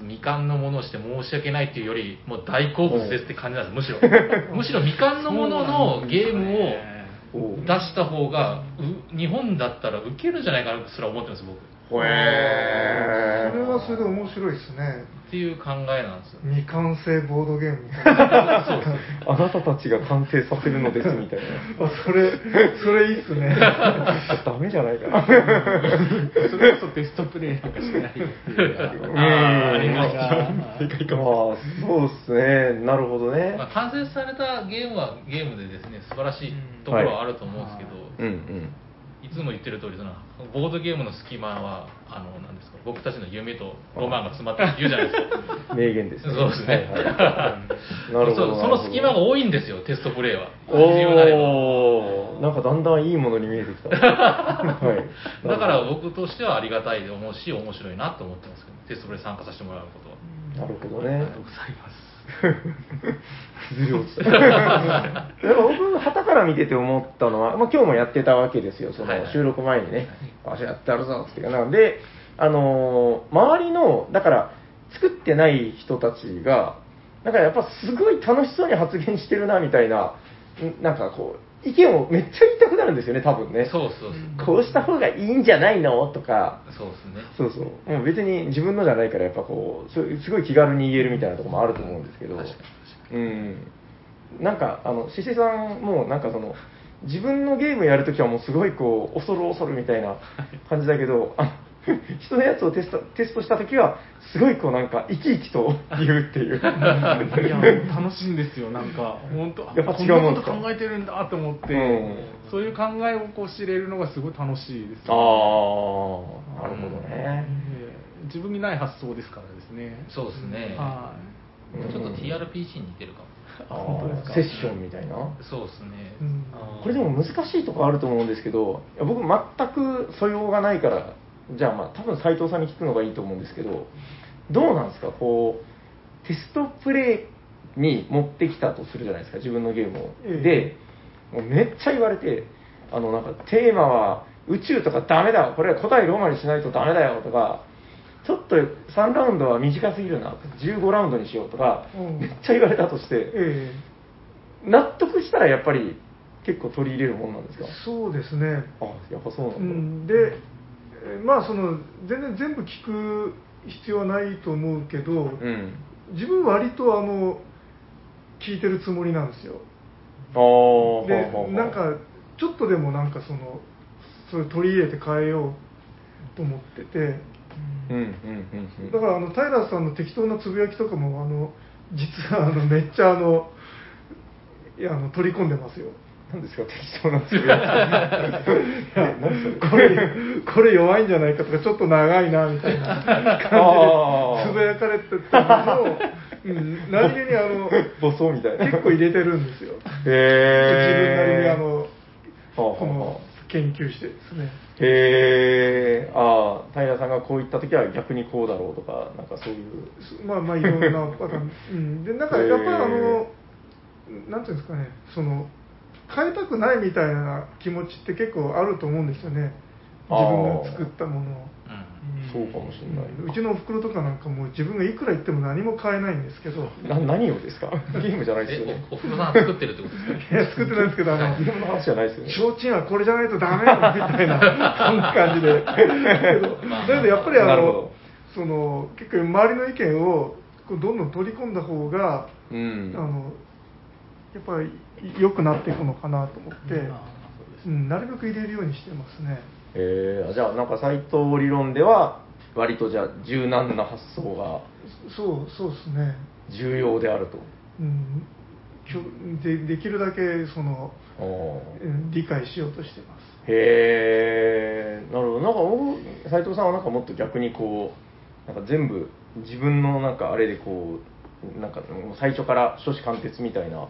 S1: 未完のものをして申し訳ないっていうよりもう大好物ですって感じなんですむし ろむしろ未完のもののゲームを
S2: おう
S1: 出した方がう日本だったらウケるんじゃないかなとすら思ってます僕っ
S2: ほ
S5: そ
S2: え
S5: れはそれで面白いですね
S1: ていう考えなんですよ
S5: 未完成ボードゲームみたいな
S1: そうです
S2: あなたたちが完成させるのですみたいな。
S5: あそれそれいいっす ね
S2: ダメじゃないかな。
S4: それこそテストプレイなんかしないっていうか
S2: あー
S4: あれが
S2: ああ、そうっすね。なるほどね。
S1: まあ、完成されたゲームはゲームでですね素晴らしいところはあると思うんですけど、
S2: うんうん。
S1: いつも言ってる通りそのボードゲームの隙間はあのなんですか僕たちの夢とロマンが詰まってるって言うじゃないですか
S2: 名言です
S1: そうですね、
S2: はいはいなるほど。
S1: そうその隙間が多いんですよテストプレイは必要なれば
S2: おおー、なんかだんだんいいものに見えて きた。はい。
S1: だから僕としてはありがたいと思うし面白いなと思ってますけどテストプレイ参加させてもらうことは
S2: なるほどね。
S4: ござい ます
S2: ずる落ちた。でも僕、旗から見てて思ったのは、まあ、今日もやってたわけですよ、そ
S1: はいは
S2: の
S1: い
S2: 収録前にね、わしやってやるぞっていうなんで、あのー周りの、だから、作ってない人たちが、なんかやっぱすごい楽しそうに発言してるなみたいな、んなんかこう、意見をめっちゃ言いたくなるんですよね、多分ね。
S1: そうそう
S2: こうした方がいいんじゃないのとか、
S1: そうそうですね
S2: そうそう、もう別に自分のじゃないから、やっぱこう、そういうすごい気軽に言えるみたいなところもあると思うんですけど、
S1: 確かに
S2: うん、なんか、あの、しせさんも、なんかその、自分のゲームやるときはもうすごいこう、恐る恐るみたいな感じだけど、あの 人のやつをテストテストしたときは、すごいこうなんか、生き生きと言うっ ていう。
S4: いや楽しいんですよなんか本当
S2: やっぱ
S4: こ
S2: 違
S4: ん
S2: うも
S4: なんこ
S2: です
S4: と
S2: か
S4: 考えてるんだと思って、
S2: うん
S4: そういう考えをこう知れるのがすごい楽しいです、
S2: ああ、なるほどね。
S4: えー自分にない発想ですからですね
S1: そうですね
S4: はい
S2: うん
S1: ちょっと TRPG に似てるかも
S2: あ
S4: 本当です
S2: ー
S4: か
S2: セッションみたいな。
S1: そうですね、
S5: うん
S1: あー
S2: これでも難しいとこあると思うんですけど、いや僕、全く素養がないから、じゃあ、まあ、多分斉藤さんに聞くのがいいと思うんですけど、どうなんですか、こう、テストプレイに持ってきたとするじゃないですか、自分のゲームを。
S5: え
S2: で、もうめっちゃ言われて、あの、なんか、テーマは宇宙とかダメだ、これは古代ローマにしないとダメだよとか、ちょっと3ラウンドは短すぎるな、15ラウンドにしようとか
S5: うん、
S2: めっちゃ言われたとして、
S5: ええ
S2: 納得したらやっぱり結構取り入れるもんなんですか
S5: そうですね
S2: あやっぱそうなんだ、
S5: うん、で、えーまあその全然全部聞く必要はないと思うけど、
S2: うん
S5: 自分割とあの聞いてるつもりなんですよ
S2: ああ
S5: でなんかちょっとでもなんかそのそれ取り入れて変えようと思ってて
S2: うんうんうんうん
S5: だからあの平さんの適当なつぶやきとかもあの実はあのめっちゃあのいやあの取り込んでますよ
S2: なんですか適当なつ ぶやきえ何それ
S5: これこれ弱いんじゃないかとかちょっと長いなみたいな感
S2: あ
S5: じ
S2: ー
S5: でつぶやかれてたのを、うん、何気にあの
S2: ボソみたい な
S5: 結構入れてるんですよ
S2: へ
S5: 自
S2: え
S5: 分なりにあの
S2: はあはあ
S5: こ
S2: は
S5: の研究してです
S2: あ
S5: ね
S2: へえああ平さんがこう言った時は逆にこうだろうとかなんかそういう
S5: すまあまあいろんなパターン、うん、でなんかやっぱりあのなんていうんですかねその変えたくないみたいな気持ちって結構あると思うんですよね
S2: あ
S5: 自
S2: ー
S5: 分が作ったものを
S1: うん
S2: そうかもしれな
S5: うんう
S2: い
S5: ちのおふくろとかなんかもう自分がいくら言っても何も変えないんです けどい
S2: な何を ですかゲームじゃないですよね
S1: えおおふくろさんが作ってるってことですか
S5: や作ってないですけどあ の
S2: ゲームの話じゃないですよね
S5: 提灯はこれじゃないとダメよみた いなそんな感じでけどだけどやっぱりあ
S2: なるほ
S5: の
S2: ど
S5: その結構周りの意見をこうどんどん取り込んだ方が
S2: うん
S5: あのやっぱり良くなっていくのかなと思って、うん、なるべく入れるようにしてますね。
S2: えー、じゃあなんか斎藤理論では割とじゃあ柔軟な発想が
S5: そうそうですね。
S2: 重要であると
S5: うん、きょでできるだけその、
S2: おー
S5: うん理解しようとしてます。
S2: へえなるほどなんか僕斉藤さんはなんかもっと逆にこうなんか全部自分のなんかあれでこうなんかもう最初から初子貫徹みたいな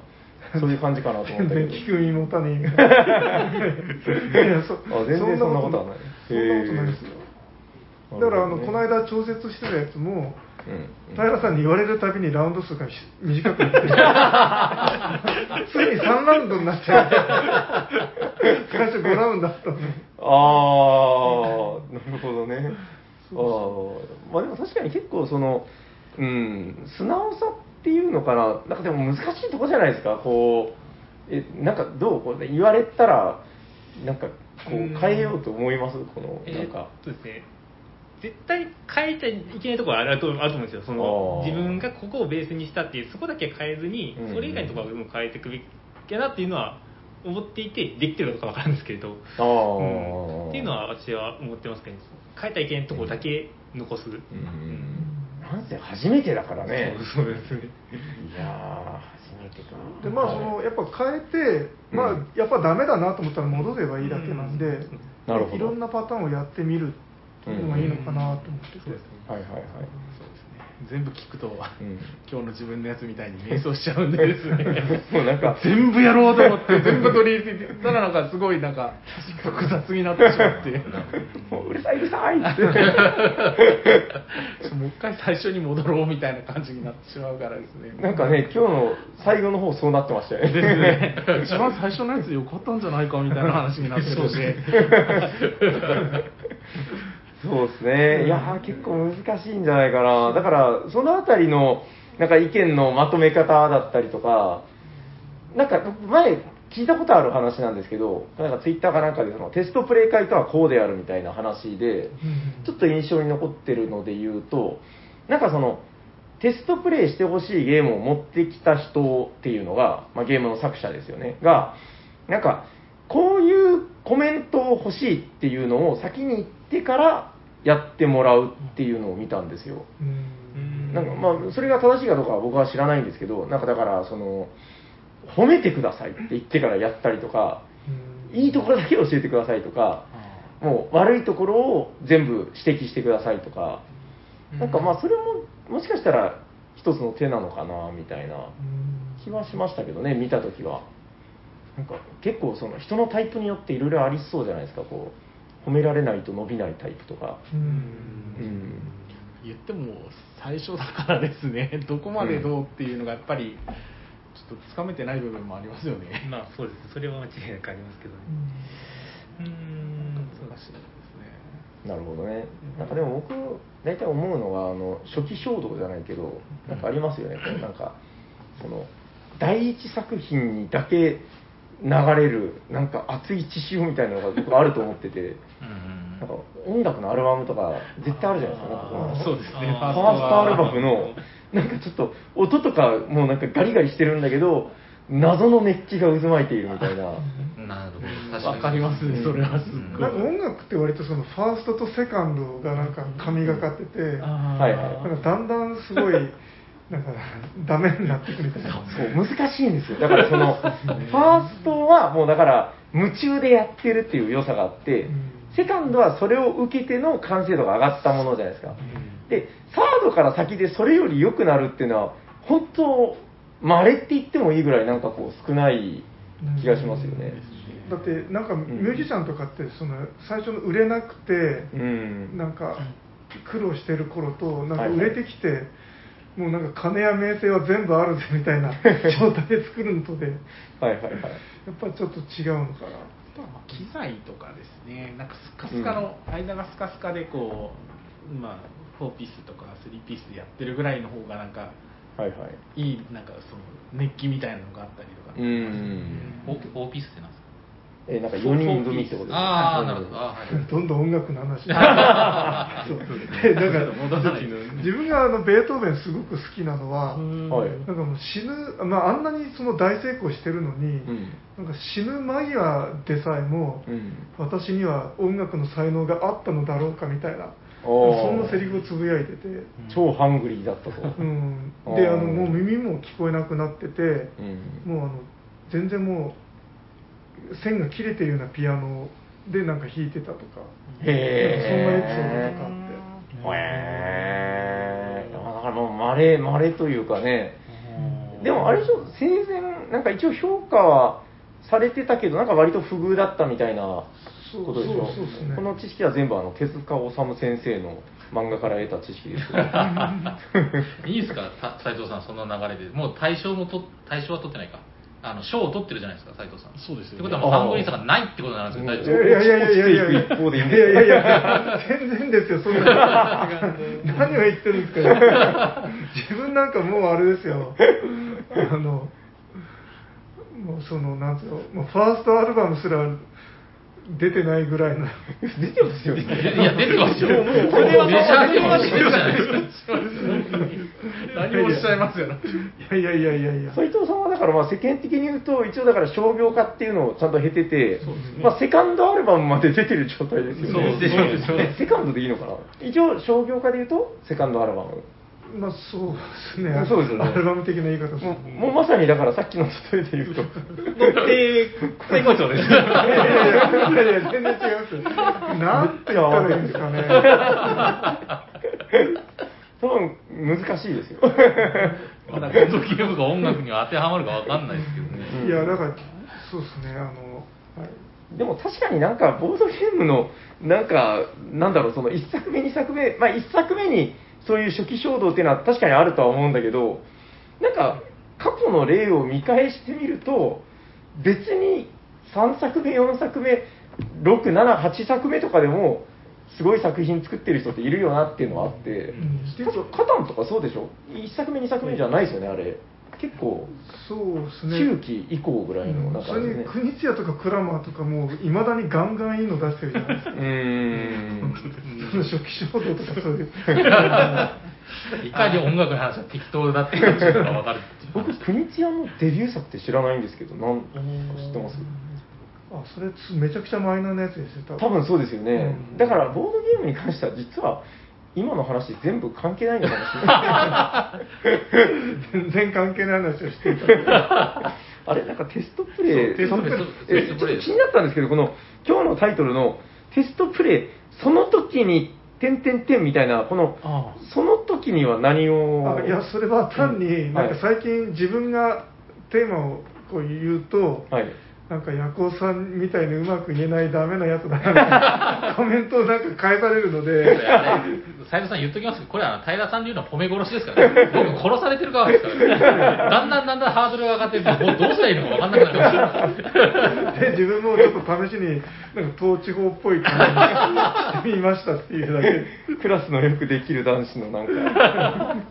S2: そういう感じかなと思っ
S5: 全
S2: たけ
S5: 然
S2: ど
S5: 聞く耳持たねえみたいないやそ
S2: あ全然そんなことはない
S5: そんなことないですよだからあのこの間調節してたやつも
S2: うん
S5: 平さんに言われるたびにラウンド数がひ短くな ってるついに3ラウンドになっちゃう最初5ラウンドあったのに
S2: ああ、なるほどね。ああ、まあでも確かに結構その、うん、素直さっていうのかな、なんかでも難しいとこじゃないですか、こう、え、なんかどう、これ言われたら、なんかこう
S3: うん
S2: 変えようと思います、この、な
S3: え
S2: んか。
S3: ーっとですね絶対変えちゃいけないところはあるとあると思うんですよそ
S2: あ
S3: の
S2: ー
S3: 自分がここをベースにしたっていうそこだけは変えずに
S2: うん
S3: それ以外のところはもう変えていくべきだなっていうのは思っていてできてるのかわかるんですけれど、
S2: ああ、
S3: うんっていうのは私は思ってますけど変えちゃいけないところだけ残す、
S2: うん、なんせ初めてだからね。
S3: そうですね
S2: いやー、初めてか。
S5: でまあそ
S2: は
S5: の
S2: い
S5: やっぱ変えて、ま
S2: うん
S5: あ、やっぱダメだなと思ったら戻せばいいだけなんで、
S3: うん
S2: なるほど
S5: いろんなパターンをやってみるっていうのがいいのかなと思ってて、
S4: そうですね
S2: はいはいはい。
S4: そうですね全部聞くと、
S2: うん
S4: 今日の自分のやつみたいに迷走しちゃうんでですね
S2: もうなんか、
S4: 全部やろうと思って 全部取り入れてたらなんかすごいなんか複雑になってしま って
S2: もううるさいうるさい って。
S4: もう一回最初に戻ろうみたいな感じになってしまうからですね
S2: なんかね、今日の最後の方そうなってましたよね。
S4: 一番最初のやつ良かったんじゃないかみたいな話になってるんで
S2: そうですね。いやー、結構難しいんじゃないかな。だから、そのあたりの、なんか意見のまとめ方だったりとか、なんか前聞いたことある話なんですけど、なんかツイッターかなんかでそのテストプレイ会とはこうであるみたいな話で、ちょっと印象に残ってるので言うと、なんかその、テストプレイしてほしいゲームを持ってきた人っていうのが、まあ、ゲームの作者ですよね、が、なんか、こういうコメントを欲しいっていうのを先に言ってからやってもらうっていうのを見たんですよ。
S5: うん
S2: なんかまあ、それが正しいかどうかは僕は知らないんですけど、なんかだから、その、褒めてくださいって言ってからやったりとか、いいところだけ教えてくださいとか、もう悪いところを全部指摘してくださいとか、なんかまあそれももしかしたら一つの手なのかなみたいな気はしましたけどね、見たときは。なんか結構その人のタイプによっていろいろありそうじゃないですか、こう褒められないと伸びないタイプとか。
S5: うん
S2: うん
S4: 言っても最初だからですね どこまでどうっていうのがやっぱりちょっとつかめてない部分もありますよね
S3: まあそうですそれは間違いなくありますけどねうーんそうですね
S2: なるほどね。なんかでも僕、大体思うのが、あの初期衝動じゃないけど、なんかありますよね、こうなんか、その、第一作品にだけ流れる、なんか熱い血潮みたいなのが僕あると思ってて、
S1: うん
S2: なんか音楽のアルバムとか、絶対あるじゃないですか、なんかこの
S4: あーそうですね
S3: あー
S2: ファーストアルバムの、なんかちょっと、音とか、もうなんかガリガリしてるんだけど、謎の熱気が渦巻いているみたいな。
S1: なるほど確
S4: わかりますねそれはすっごい
S5: なんか音楽って割とそのファーストとセカンドがなんか神がかってて、
S4: あー
S2: はいはい
S5: なんかだんだん すごいなんかダメになってくみたいな
S2: そう難しいんですよだからそ のファーストはもうだから夢中でやってるっていう良さがあって、
S5: うん
S2: セカンドはそれを受けての完成度が上がったものじゃないですか、でサードから先でそれより良くなるっていうのは本当まれって言ってもいいぐらいなんかこう少ない気がしますよね
S5: だってなんかミュージシャンとかってその最初の売れなくて、
S2: うん、
S5: なんか苦労してる頃とな
S2: は
S5: んか
S2: いはい
S5: 売れてきて、もうなんか金や名声は全部あるぜみた いな状態で作るのとでやっ
S2: はいはいはい
S5: ぱりちょっと違うのかな
S4: あとはまあ機材とかですね、なんかスカスカの、間がスカスカでこう、まあ、4ピースとか3ピースでやってるぐらいの方が、なんか、
S2: はいはい
S4: いい、なんかその熱気みたいなのがあったりとか、
S2: うん
S1: フォーフォーピースってなんですか
S2: えなんか4人組ってことです
S1: ああなるほどあーはい
S5: どんどん音楽の話そうでなんか
S4: 戻さないと
S5: 自分があのベートーベンすごく好きなのは、
S2: はい
S5: なんかもう死ぬ、まあ、あんなにその大成功してるのに、
S2: うん
S5: なんか死ぬ間際でさえも、
S2: うん
S5: 私には音楽の才能があったのだろうかみたいな
S2: おー
S5: そんなセリフをつぶやいてて、
S2: 超ハングリーだったと、
S5: うん、
S2: あー
S5: であのもう耳も聞こえなくなってて、
S2: うん
S5: もうあの全然もう線が切れてるようなピアノをでなんか弾いてたとか、
S2: へ
S5: そんなエピ
S2: ーへーだからもうまれまれというかねでもあれでしょ生前なんか一応評価はされてたけどなんか割と不遇だったみたいな
S5: そう
S2: ことでしょ
S5: そうそうですね
S2: この知識は全部あの手塚治虫先生の漫画から得た知識です よ
S1: いいですか、た斉藤さん、その流れで、もう大賞もと大賞は取ってないか、あの賞を取ってるじゃないですか、斉藤さん。
S3: そうですよね
S1: ってことは、もうハングリーさがないってことなんですよ、大
S5: い
S1: 丈
S5: やいやいやいやいやいや
S2: 落ちていく一方でいいん
S5: い
S2: だよ
S5: やいやいや全然ですよそんな何を言ってるんですか、自分なんかもうあれですよあのもうそのなんつうのもうファーストアルバムすら出てないぐらいの
S2: 出てますよ
S1: 夫。
S2: ね
S1: いや、出てますよ。もう、
S2: これは
S1: メジャーでも出てるじゃないですか。
S4: 何もおっしゃいますよね。
S5: いやいやいやいやいや
S2: 斉藤さんはだからまあ世間的に言うと一応だから商業化っていうのをちゃんと経てて、まあセカンドアルバムまで出てる状態ですよね
S1: そうでしょうでしょう
S2: えセカンドでいいのかな一応商業化で言うとセカンドアルバム
S5: まあそうですね
S2: そうですよね
S5: アルバム的な言い方です
S2: も
S5: ね
S2: うもうまさにだからさっきの例えで言うと
S3: 乗って最高潮です
S5: いやいやいやいや全然違いますよなんて言ったらいいんですか ね
S2: 多分難しいですよ
S1: ま だボードゲームが音楽には当てはまるかわかんないですけどね。
S5: いやだからそうですねあの、はい、
S2: でも確かになんかボードゲームのなんかなんだろうその1作目2作目まあ1作目にそういう初期衝動っていうのは確かにあるとは思うんだけどなんか過去の例を見返してみると別に3作目4作目678作目とかでもすごい作品作ってる人っているよなっていうのはあって
S5: ん
S2: 多分カタンとかそうでしょ1作目2作目じゃないですよねあれ結構
S5: そうですね
S2: 中期以降ぐらいの
S5: うん
S2: 中
S5: そ
S2: で
S5: れ
S2: すね
S5: に国津屋とかクラマーとかもいまだにガンガンいいの出してるじゃないです
S2: う
S5: か
S2: ーん
S5: その初期衝動とかそう いう
S1: いかに音楽の話は適当だっていうことがわかるっていう
S2: 僕
S1: 話。
S2: 国津屋のデビュー作って知らないんですけどなん知ってます
S5: あそれつめちゃくちゃマイナーなやつですよ
S2: 多分そうですよね、
S5: うん
S2: だからボードゲームに関しては実は今の話全部関係ないのかもしれない
S5: 全然関係ない話をして る
S2: あれなんかテストプレイ
S1: そうテストプレイ
S2: え
S1: テスト
S2: ちょ
S1: プ
S2: っと
S1: レイです
S2: 気になったんですけどこの今日のタイトルのテストプレイその時に点点点みたいなこの
S3: あ
S2: その時には何を
S5: あいやそれは単
S2: う
S5: に
S2: ん
S5: なんか最近自分がテーマをこう言うと、
S2: はい
S5: なんかヤコウさんみたいにうまく言えないダメなやつだ なコメントをなんか返されるので
S1: 斉藤さん言っときますけど、これは平さんで言うのは褒め殺しですからね、僕、殺されてる側ですからね、だんだんだんだんハードルが上がって、もうどうしたらいいのか分かんなくなってきま
S5: で自分もちょっと試しになんか統治法っぽい感じにしてみましたっていうだけ
S2: クラスのよくできる男子のなん か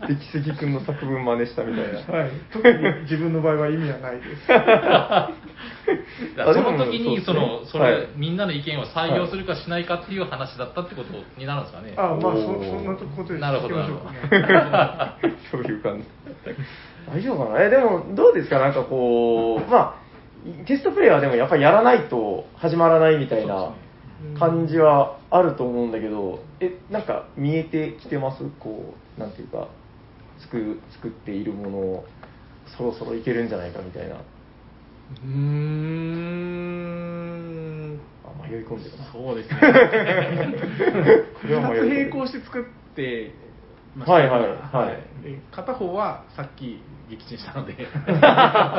S2: 出来すぎ君の作文真似したみたいな
S5: はい、特に自分の場合は意味はないです。
S1: したその時にそのそ
S2: は
S1: れ、
S2: い
S1: みんなの意見を採用するかしないかっていう話だったってことになるんですかね。
S5: あまあそ
S2: おー
S5: そんなことで
S1: なるほ
S5: 聞き
S1: ど
S5: ましょうかね。
S2: そういう感じ。大丈夫かなえ、でも、どうですかなんかこう、まあ、テストプレイはでもやっぱりやらないと始まらないみたいな感じはあると思うんだけど、え、なんか見えてきてますこう、なんていうか、作作っているものを、そろそろいけるんじゃないかみたいな。
S4: うーん。
S2: あ迷い込んでるな。
S4: そうですね。
S2: これは迷い込んでる
S4: 2つ並行して作ってま
S2: はいはいはい
S4: で片方はさっき撃沈したので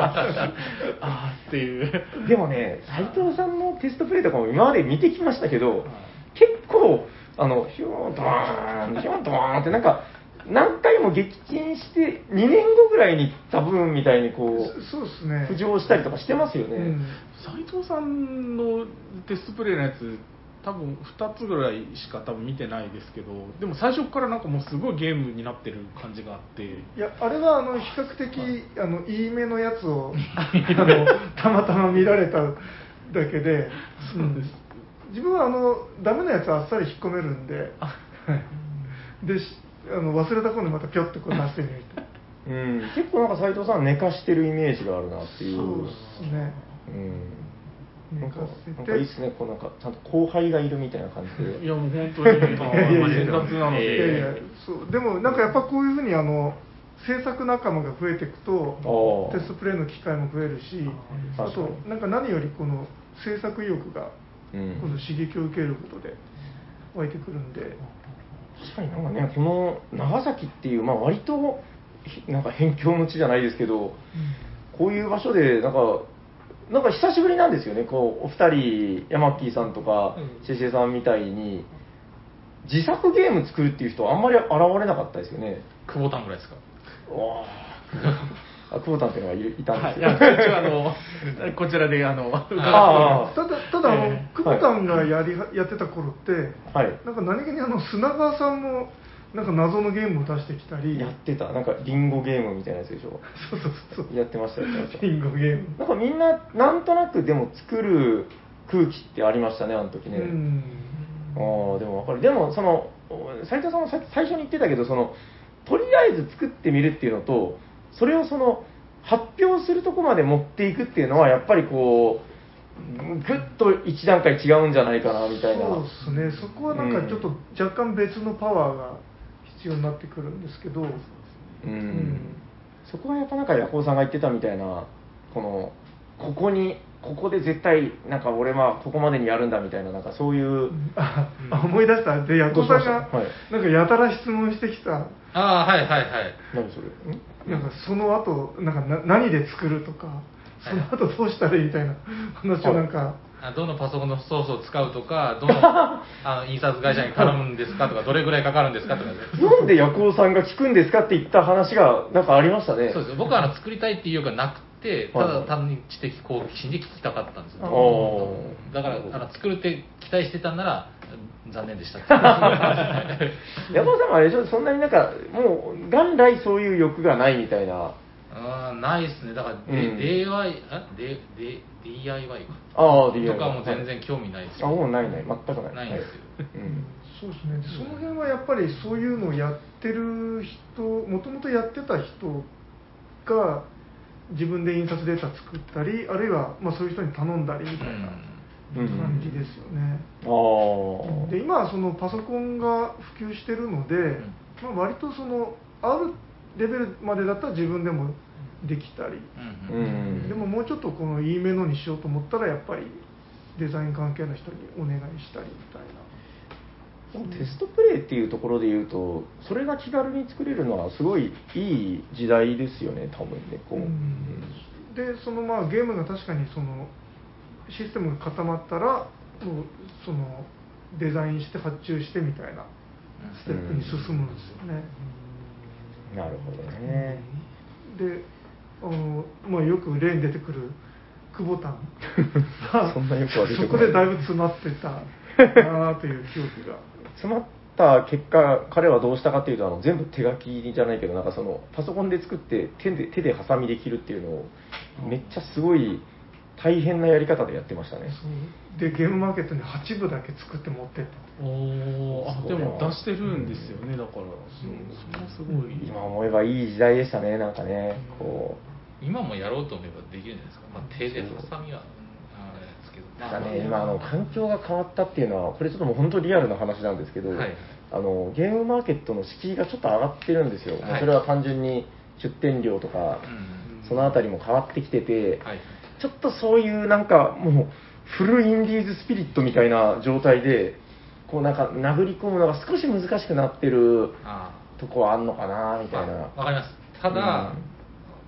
S4: あーっていう
S2: でもね、斉藤さんのテストプレイとかも今まで見てきましたけど、結構、あの、ヒューンドワーン、ヒューンドワーンってなんか、何回も撃沈して、2年後ぐらいにザブーンみたいにこう、
S5: そうですね。
S2: 浮上したりとかしてますよね。
S5: うん
S4: 斉藤さんのテストプレイのやつ多分2つぐらいしか多分見てないですけどでも最初からなんかもうすごいゲームになってる感じがあって
S5: いやあれはあの比較的あのいい目のやつをあのたまたま見られただけで、うん自分はあのダメなやつはあっさり引っ込めるんで、はいでしあの忘れた頃にまたピョッとこう出してみると。
S2: うん結構なんか斉藤さん寝かしてるイメージがあるなっていう。
S5: そうですね。
S2: うん。な
S5: 寝
S2: んか
S5: かせて
S2: なんかいいっすね、こうなんか、ちゃんと後輩がいるみたいな感じ
S4: い
S2: で。
S4: やもう本 当に
S5: いやいやいや
S4: 生活なの
S5: いやいや
S4: で、
S5: そうでもなんかやっぱこういうふうにあの制作仲間が増えていくと
S2: あー
S5: テストプレイの機会も増えるし
S2: あー
S5: あと
S2: 確かに
S5: なんか何よりこの制作意欲が
S2: うん
S5: 今度刺激を受けることで湧いてくるんで、
S2: 確かになんかね、この長崎っていう、まあ割とひなんか辺境の地じゃないですけど、こういう場所で、なんか、なんか久しぶりなんですよね、こうお二人、ヤマッキーさんとか、
S3: うん
S2: シェシェさんみたいに、自作ゲーム作るっていう人、あんまり現れなかったですよね。
S1: 久保田ぐらいですか
S2: わあ、あ久保田っていうのがいるいたん
S7: は
S2: で
S7: い、
S2: す
S7: い
S2: よ。
S7: やこっちはあのこちらであの伺っており
S2: あ
S7: ま
S5: ただただあの、
S7: え
S5: 久保田がやりはやってた頃って、
S2: はい
S5: なんか何気にあの砂川さんもなんか謎のゲームを出してきたり
S2: やってた、なんかリンゴゲームみたいなやつでしょ。
S5: そうそうそう
S2: やってました、やってました。
S5: ビンゴゲーム
S2: なんかみんな、なんとなくでも作る空気ってありましたね、あの時ね。
S5: うん
S2: ああ、でもわかる。でも、その、斉藤さんもさ最初に言ってたけど、その、とりあえず作ってみるっていうのと、それをその、発表するとこまで持っていくっていうのは、やっぱりこう、ぐっと一段階違うんじゃないかな、みたいな。
S5: そうですねそこはなんかちょっと若干別のパワーが必要になってくるんですけど、
S2: うん
S5: ん
S2: そこはやっぱなんかヤコウさんが言ってたみたいなこのここにここで絶対なんか俺はここまでにやるんだみたいななんかそういう
S5: ああ思い出したでヤコさ
S2: どう
S5: んが
S2: しました
S5: なんかやたら質問してきた
S1: ああはいはいはい
S2: 何それん
S5: なんかその後なんかな何で作るとかその後どうしたらいいみたいな話をなんか
S1: あどのパソコンのソースを使うとかどのあの印刷会社に頼むんですかとかどれぐらいかかるんですかとかね
S2: なんでヤコウさんが聞くんですかって言った話がなんかありましたね
S1: そうです僕はあの作りたいっていうかなくてた
S2: は
S1: だ
S2: い
S1: 単に知的好奇心で聞きたかったんですよ
S5: あー
S2: おー
S1: だからあの作るって期待してたんなら残念で したって
S2: ヤコウさんもあれでしょそんなになんかもう元来そういう欲がないみたいな
S1: あーないですねだから、で
S2: うん
S1: DIY あでで DIY か
S2: ああ
S1: とかも全然興味ないです
S2: あ
S1: よ
S2: もうないない全くない
S1: ないんですよ
S2: はいうん
S5: そうですねでその辺はやっぱりそういうのをやってる人もともとやってた人が自分で印刷データ作ったりあるいはまあそういう人に頼んだりみたいな
S2: うん
S5: 感じですよね、
S2: ああ
S5: で今はそのパソコンが普及してるので、
S1: ん
S5: まあ、割とそのあるレベルまでだったら自分でもできたり、
S1: うんうん
S2: うん
S5: でももうちょっとこのいいメのにしようと思ったらやっぱりデザイン関係の人にお願いしたりみたいな
S2: でもテストプレイっていうところで言うとそれが気軽に作れるのはすごいいい時代ですよね多分ねこう、
S5: うんでそのまあゲームが確かにそのシステムが固まったらもうそのデザインして発注してみたいなステップに進むんですよね、
S2: なるほどね、
S5: であの、まあ、よく例に出てくる久保田 が
S2: そんなよくは出て
S5: そ
S2: こ
S5: こ
S2: ない
S5: でだいぶ詰まってたなあという記憶が
S2: 詰まった結果彼はどうしたかっていうとあの全部手書きじゃないけどなんかそのパソコンで作って手で手でハサミで切るっていうのをめっちゃすごい大変なやり方でやってましたね
S5: そうでゲームマーケットに8部だけ作って持ってった
S4: おーあでも出してるんですよねだからそうそれもすごい
S2: 今思えばいい時代でしたねなんかねこう
S1: 今もやろうと思えばできるんじゃないですか、まあ、手でハサミはうんあれですけど、
S2: た
S1: ま
S2: だ
S1: あ、
S2: ね、今あの、環境が変わったっていうのは、これちょっともう本当リアルな話なんですけど、
S1: はい
S2: あのゲームマーケットの敷居がちょっと上がってるんですよ、
S1: はい
S2: もうそれは単純に出店料とか、
S1: うん
S2: そのあたりも変わってきてて、
S1: はい
S2: ちょっとそういうなんか、もう、フルインディーズスピリットみたいな状態で、こうなんか殴り込むのが少し難しくなってる
S1: あ
S2: とこはあんのかなみ
S1: あ
S2: た
S1: わ、
S2: いな。
S1: まあ、わかりますただ、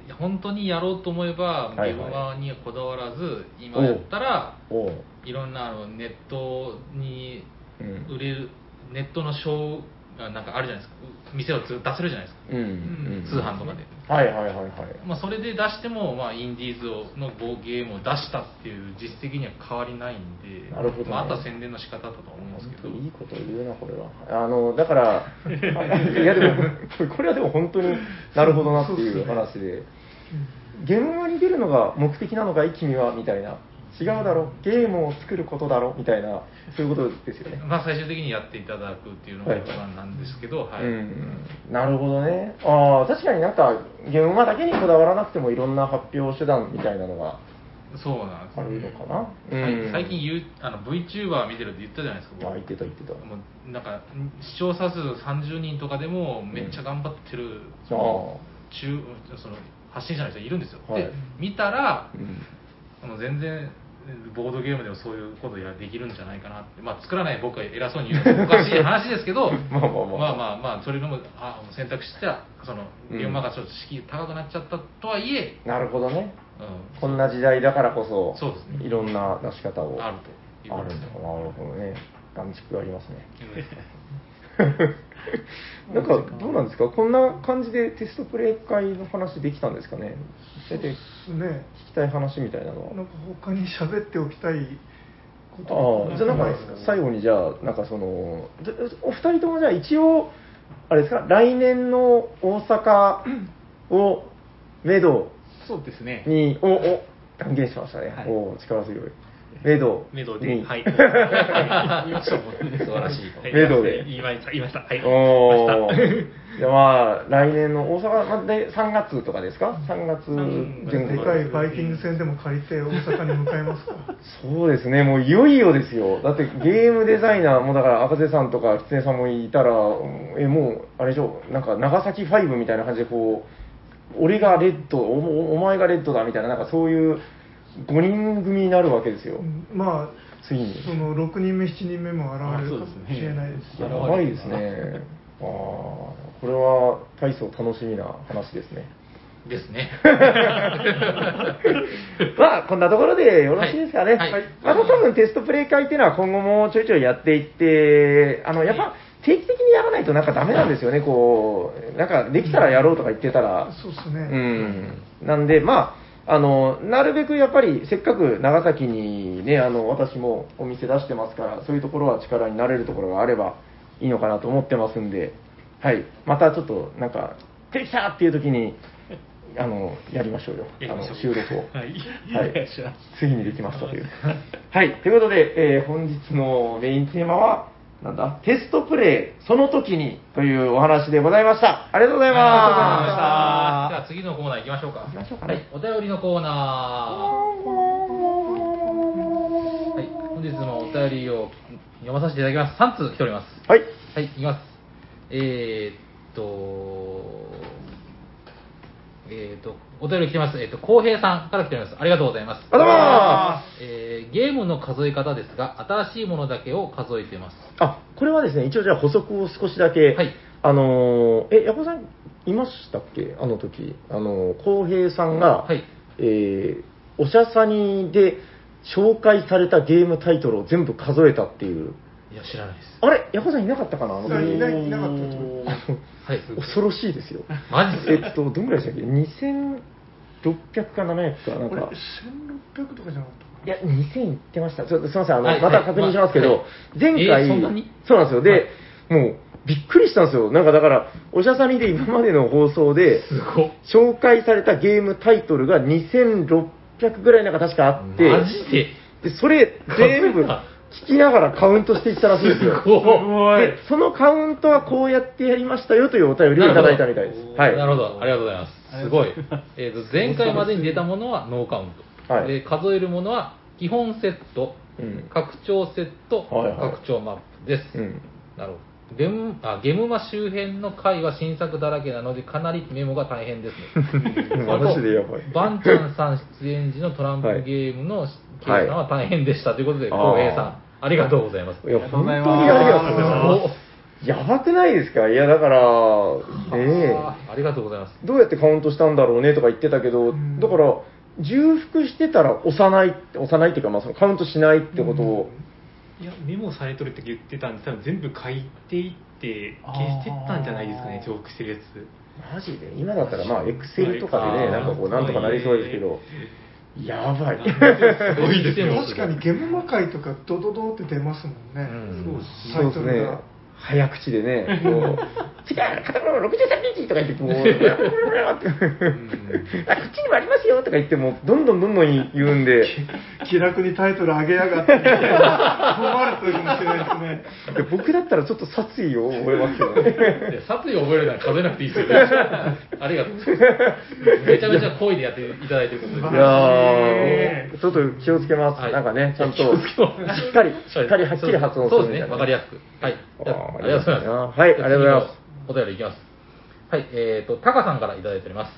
S1: いや本当にやろうと思えば、
S2: はいはい
S1: ゲーム側にはこだわらず今やったら
S2: おう
S1: いろんなあのネットに
S2: うん
S1: 売れる、ネットのショーがなんかあるじゃないですか店をつ出せるじゃないですか、
S2: うんうん
S1: 通販とかで、
S2: はいはいはいはい。
S1: まあ、それで出しても、まあ、インディーズをのボーゲームを出したっていう実績には変わりないんで、
S2: なるほどね
S1: まあ、あとは宣伝の仕方だと思うんですけど、
S2: いいこと言うな、これは。あの、だから、いやでも、これはでも本当になるほどなっていう話で、ゲームマに出るのが目的なのかい、君は、みたいな。違うだろ、ゲームを作ることだろ、みたいな、そういうことですよね。
S1: まあ、最終的にやっていただくっていうのが一番なんですけど、はい
S2: うん、なるほどね。ああ、確かになんか、ゲームマだけにこだわらなくてもいろんな発表手段みたいなのが
S1: そうなんです
S2: あ
S1: よ
S2: るのかな。
S1: はい最近
S2: う
S1: 言うあの VTuber 見てるって言ったじゃないですか
S2: ん。
S1: 僕
S2: あ、言ってた言ってた。
S1: もうなんか視聴者数30人とかでもめっちゃ頑張ってる、その中その発信者の人いるんですよ、
S2: はい
S1: で見たら
S2: うん
S1: あの全然ボードゲームでもそういうことやできるんじゃないかなって、まあ、作らない僕は偉そうに言うのもおかしい話ですけど
S2: まあまあま
S1: まあ
S2: あ
S1: まあまあそれでもあ選択してたその
S2: うん
S1: ゲームマーカーちょっと敷居高くなっちゃったとはいえ、
S2: なるほどね。
S1: う
S2: こんな時代だからこそ、
S1: そうですね
S2: いろんな出し方を。
S1: あるという
S2: あ
S1: こと
S2: るん
S1: です
S2: だななるほどね。ガムチックがあります ね。なんか、どうなんですかこんな感じでテストプレイ会の話できたんですかね大体聞
S5: そうですね
S2: きたい話みたいなのは。
S5: なんか他に喋っておきたいこと
S2: ああ、じゃあなんか最後にじゃあ、なんかその、じゃお二人ともじゃあ一応、あれですか、来年の大阪を、めど
S7: そうですね。
S2: に、お、お、断言しましたね。
S7: はい
S2: お力強い。めどに。
S3: メドで、はい。
S1: 素晴らしい
S3: はい
S2: メドで
S3: 言いました、言いました。はい。
S2: お
S3: 言いまし
S2: ー じゃあまあ、来年の大阪、まあ、で3月とかですか ?3 月前
S5: で
S2: 後
S5: かいバイキング戦でも借りて大阪に向かいますか
S2: そうですね、もういよいよですよ。だってゲームデザイナーもだから赤瀬さんとか狐さんもいたら、うんえ、もう、あれでしょ、なんか長崎ファイブみたいな感じでこう、俺がレッド、おおお前がレッドだみたいな、なんかそういう5人組になるわけですよ
S5: う。んまあ
S2: ついに。
S5: その6人目7人目も現れるかもしれないです
S2: やばいですね。ああ、これは大層楽しみな話ですね。
S1: ですね
S2: まあ、こんなところでよろしいですかね。
S1: はいはい
S2: また多分テストプレイ会っていうのは今後もちょいちょいやっていって、あの、やっぱ定期的にやらないとなんかダメなんですよね、こう、なんかできたらやろうとか言ってたら。
S5: そうです
S2: う
S5: ね、
S2: ん。なんで、まあ、あの、なるべくやっぱりせっかく長崎にね、あの、私もお店出してますから、そういうところは力になれるところがあればいいのかなと思ってますんで、はい。またちょっとなんか、できたっていう時に、あの、やりましょうよ。あ
S3: やりま
S2: の
S3: しょう
S2: 収録を。
S3: はい
S2: は
S3: お願
S2: い
S3: いします。
S2: ついにできましたという。はい。ということで、えー本日のメインテーマは、なんだ、テストプレイ、その時にというお話でございました。ありがとうございま
S1: じゃあ次のコーナー行きましょうか
S2: 行きましょうか
S1: は
S2: ね
S1: い、お便りのコーナーはい本日もお便りを読まさせていただきます3通来ております
S2: した。はい。
S1: はい、いきます。えー、っと、えー、っと、お便り来てます。えー、っと、浩平さんから来ております。ありがとうございます。
S2: ありがとうございま
S1: えーゲームの数え方ですが、新しいものだけを数えています。
S2: あ、これはですね、一応じゃあ補足を少しだけ、
S1: はい
S2: あのーえ、ヤコさん、いましたっけあの時。あのー、浩平さんが、
S1: はい
S2: えーおしゃさにで紹介されたゲームタイトルを全部数えたっていう。
S1: いや、知らないです。
S2: あれヤコさんいなかったかなあの
S5: い
S2: 時
S5: ないいないいなかったと思う
S1: はい。
S2: 恐ろしいですよ。
S1: マジ
S2: え
S1: で
S2: っと、どんぐらいでしたっけ ?2600 か700か、なん
S5: これ
S2: か。
S5: 1600とかじゃなかった
S2: いや、2000いってました。ちょっとすみません、あの、
S1: はい
S2: また確認しますけど、
S1: まはい
S2: 前回、
S1: えーそんなに
S2: そうなんですよ。で、
S1: はい
S2: もう、びっくりしたんですよ。なんかだから、おしゃさにで今までの放送で、
S1: すごっ
S2: 紹介されたゲームタイトルが2600ぐらいなんか確かあって、
S1: マジで
S2: で、それ全
S1: 数え
S2: 部
S1: た
S2: 聞きながらカウントしていったらしいんですよ。
S1: すごい
S2: で、そのカウントはこうやってやりましたよというお便りをいただいたみたいです。はい。
S1: なるほど、ありがとうございます。すごい。 えっ、と、前回までに出たものはノーカウント。
S2: はい
S1: で、数えるものは基本セット、
S2: うん
S1: 拡張セット、
S2: はいはい
S1: 拡張マップです。
S2: うん。
S1: なるほど。ゲムあゲムマ周辺の回は新作だらけなので、かなりメモが大変ですね
S2: マジでやばい
S1: バンちゃんさん出演時のトランプゲームの計算は大変でした。ということで、
S2: あー
S1: 浩平さん、ありがとうございます。
S2: いや、
S7: ありがとうご
S2: 本当に
S7: ざいます
S2: ありがとうござい
S1: お
S2: ます。やばくないですかいや、だから、え
S1: あーありがとうございます。
S2: えどうやってカウントしたんだろうねとか言ってたけど、
S5: ん
S2: だから、重複してたら押さない、押さないっていうか、まあ、そのカウントしないってことを、
S3: いや、メモされとるって言ってたんで、多分全部書いていって、消してったんじゃないですかね、重複してるやつ。
S2: マジで今だったら、まあ、エクセルとかで
S3: あ
S2: ね、
S3: ー
S2: なんかこう、なんとかなりそうですけど、やばい。
S1: すごいですよ
S5: 確かにゲム魔界とかドドドって出ますもんね、
S1: うん
S5: そ
S2: そう
S5: うタイ
S2: で
S5: ト
S2: す
S5: ル
S2: ね
S5: が。
S2: 早口でね、こう、 違う、片方の63日とか言って、こう、ブラブラブラって、あ、こっちにもありますよとか言って、もうどんどんどんどん言うん で、
S5: 気楽にタイトル上げやがって、思われてるかもしれないですね。
S2: いや僕だったらちょっと殺意を覚えますけどね。
S1: で殺意を覚えるなら数えなくていいですよ、 ね、ありがとうございますめちゃめちゃ恋でやっていただいてることで
S2: い
S1: す
S2: や
S5: え
S2: ー、ちょっと気をつけます。
S1: はい
S2: なんかね、ちゃんと、し
S1: 気をつけます
S2: っ かり、しっかりはっきり発音する
S1: そう
S2: み
S1: で
S2: たい
S1: すね
S2: な
S1: わかりやすくはいじゃあ
S2: あー
S1: ありがとうございます
S2: はいありがとうございます
S1: 次のお便りいきますはいえーとタカさんからいただいております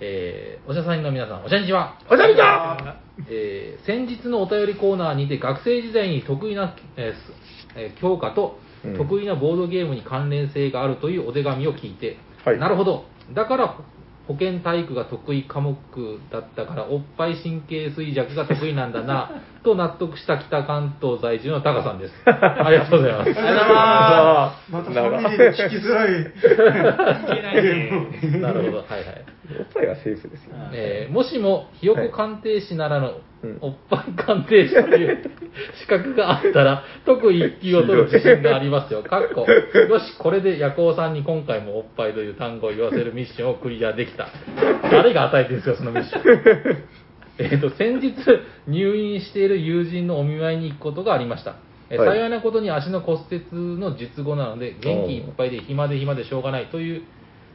S1: えーおしゃさんの皆さん、おしゃにちは。
S2: おしゃにちは
S1: えー先日のお便りコーナーにて学生時代に得意な、えーすえー教科と
S2: うん
S1: 得意なボードゲームに関連性があるというお手紙を聞いて、
S2: はい
S1: なるほどだから保健体育が得意科目だったからおっぱい神経衰弱が得意なんだ なと納得した北関東在住のタカさんですありがとうございます
S5: ありがとうござい
S2: あ
S5: ま
S2: ー
S5: す。またファミリーで聞きづらい。
S3: いけないね。
S1: なるほどはいはい
S2: おっぱいはセーフですよ。
S1: えーもしもひよこ鑑定士ならぬ、
S2: うん
S1: おっぱい鑑定士と いう資格があったら特一級を取る自信があり ますよ。かっこよしこれで夜行さんに今回もおっぱいという単語を言わせるミッションをクリアできた。誰が与えてるんですかそのミッション。 えーと先日入院している友人のお見舞いに行くことがありました。えー
S2: はい
S1: 幸いなことに足の骨折の術後なので元気いっぱいで暇で暇でしょうがないという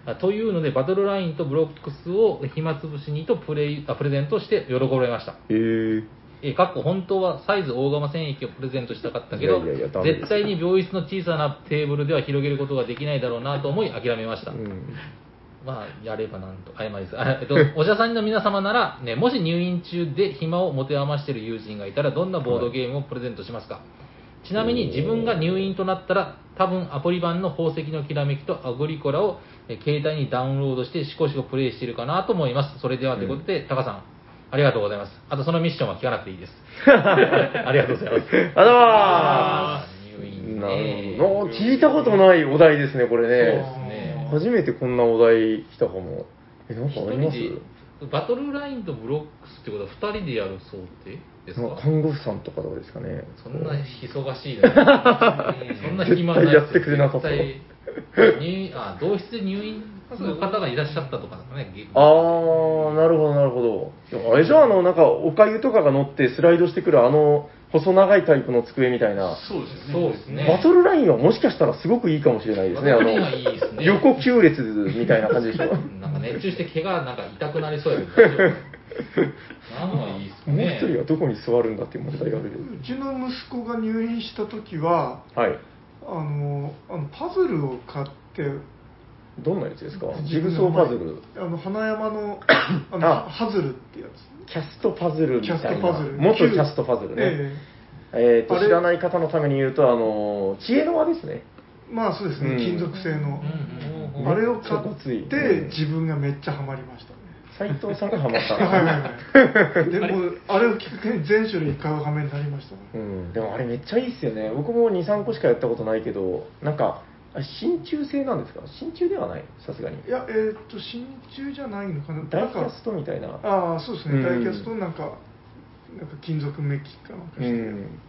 S1: あというのでバトルラインとブロックスを暇つぶしにとプレイあプレゼントして喜ばれました
S2: えー、
S1: えーかっこ本当はサイズ大釜線液をプレゼントしたかったけど
S2: いやいやいやダメです
S1: 絶対に病室の小さなテーブルでは広げることができないだろうなと思い諦めました、
S2: うん。
S1: まあ、やればなんと、あ、まあいいです。 あえっと、おじゃさんの皆様なら、ね、もし入院中で暇を持て余している友人がいたら、どんなボードゲームをプレゼントしますか、ちなみに自分が入院となったら、多分アプリ版の宝石のきらめきとアグリコラをえ携帯にダウンロードして、しこしこプレイしているかなと思います。それではということで、タカさん、ありがとうございます。あと、そのミッションは聞かなくていい です。ありがとうございます。
S2: あざま
S1: 入
S2: す
S1: 院ね
S2: なるほど。聞いたことないお題ですね、これ
S1: そう
S2: ね。
S1: ですね
S2: 初めてこんなお題来たかも。え、なんかあり
S1: 一
S2: ます
S1: 人でバトルラインとブロックスってことは2人でやる想定です
S2: なん
S1: か
S2: か看護婦さんとかとかですかね。
S1: そんな忙しいなそんな暇ない
S2: 絶対やってくれなかった
S1: 絶対入あ同室で入院の方がいらっしゃったとかですかねゲ
S2: あー、なるほど、なるほど。でもあれじゃあ、あの、なんか、おかゆとかが乗ってスライドしてくる、あの、細長いタイプの机みたいな。
S4: そうですね。
S1: そうですね
S2: バトルラインはもしかしたらすごくいいかもしれないですね。あ
S1: バト
S2: の
S1: ルラインはいいですね
S2: 横9列みたいな感じでしょ。
S1: なんか熱中して毛がなんか痛くなりそうやけど 大丈夫ですかなんかいいっす
S2: もう
S1: ね
S2: 一人はどこに座るんだっていう問題があるけ
S5: うちの息子が入院した時は、
S2: ど。はい。
S5: あの、あのパズルを買って、
S2: どんなやつですかジグソーパズル。
S5: あの、花山 の、あ
S2: あ
S5: の、ハズルってやつ。
S2: キャストパズルみたいな。
S5: キャストパズル
S2: 元キャストパズルね。
S5: え
S2: えーと、
S5: あれ
S2: 知らない方のために言うと、あの、知恵の輪ですね。
S5: えまあそうです
S2: うん
S5: ね、金属製の。
S1: うんうんうん
S5: あれを
S2: ちょ
S5: 買
S2: っとつい
S5: っ
S2: うん
S5: て、自分がめっちゃハマり ましたね。
S2: 斉藤さんがハ マった
S5: はいはい
S2: な。
S5: はい。でも、あれをきっかけに全種類買う羽目になりましたね。
S2: うん、でもあれめっちゃいいっすよね。僕も2、3個しかやったことないけど、なんか、あ真鍮製なんですか真鍮ではないさすがに。
S5: いや、えーっと、真鍮じゃないのかな。
S2: ダ
S5: な
S2: イ
S5: ん
S2: キ
S5: か
S2: ャストみたいな。
S5: ああ、そうです
S2: うん
S5: ね。ダイキャストなんか、なんか金属メッキかなんかして。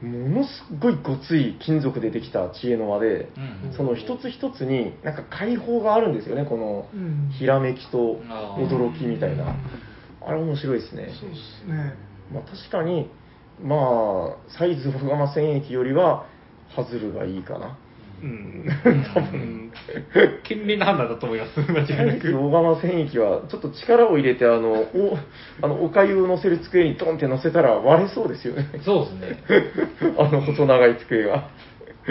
S2: うん、ものすごいごつい金属でできた知恵の輪で、
S1: うんうん
S2: その一つ一つになんか解放があるんですよねこの
S5: うん
S2: ひらめきと
S1: あー
S2: 驚きみたいなあれ面白いですね、
S5: そうですね。
S2: まあ、確かにまあサイズ小ま線液よりはハズルがいいかな
S3: うん。多分、賢明な判断だと思います。間
S2: サ
S3: 違いな
S2: イズ
S3: く。
S2: 小ま線液はちょっと力を入れてあのおあのおかゆを乗せる机にドンって乗せたら割れそうですよね
S1: そうですね
S2: あの細長い机が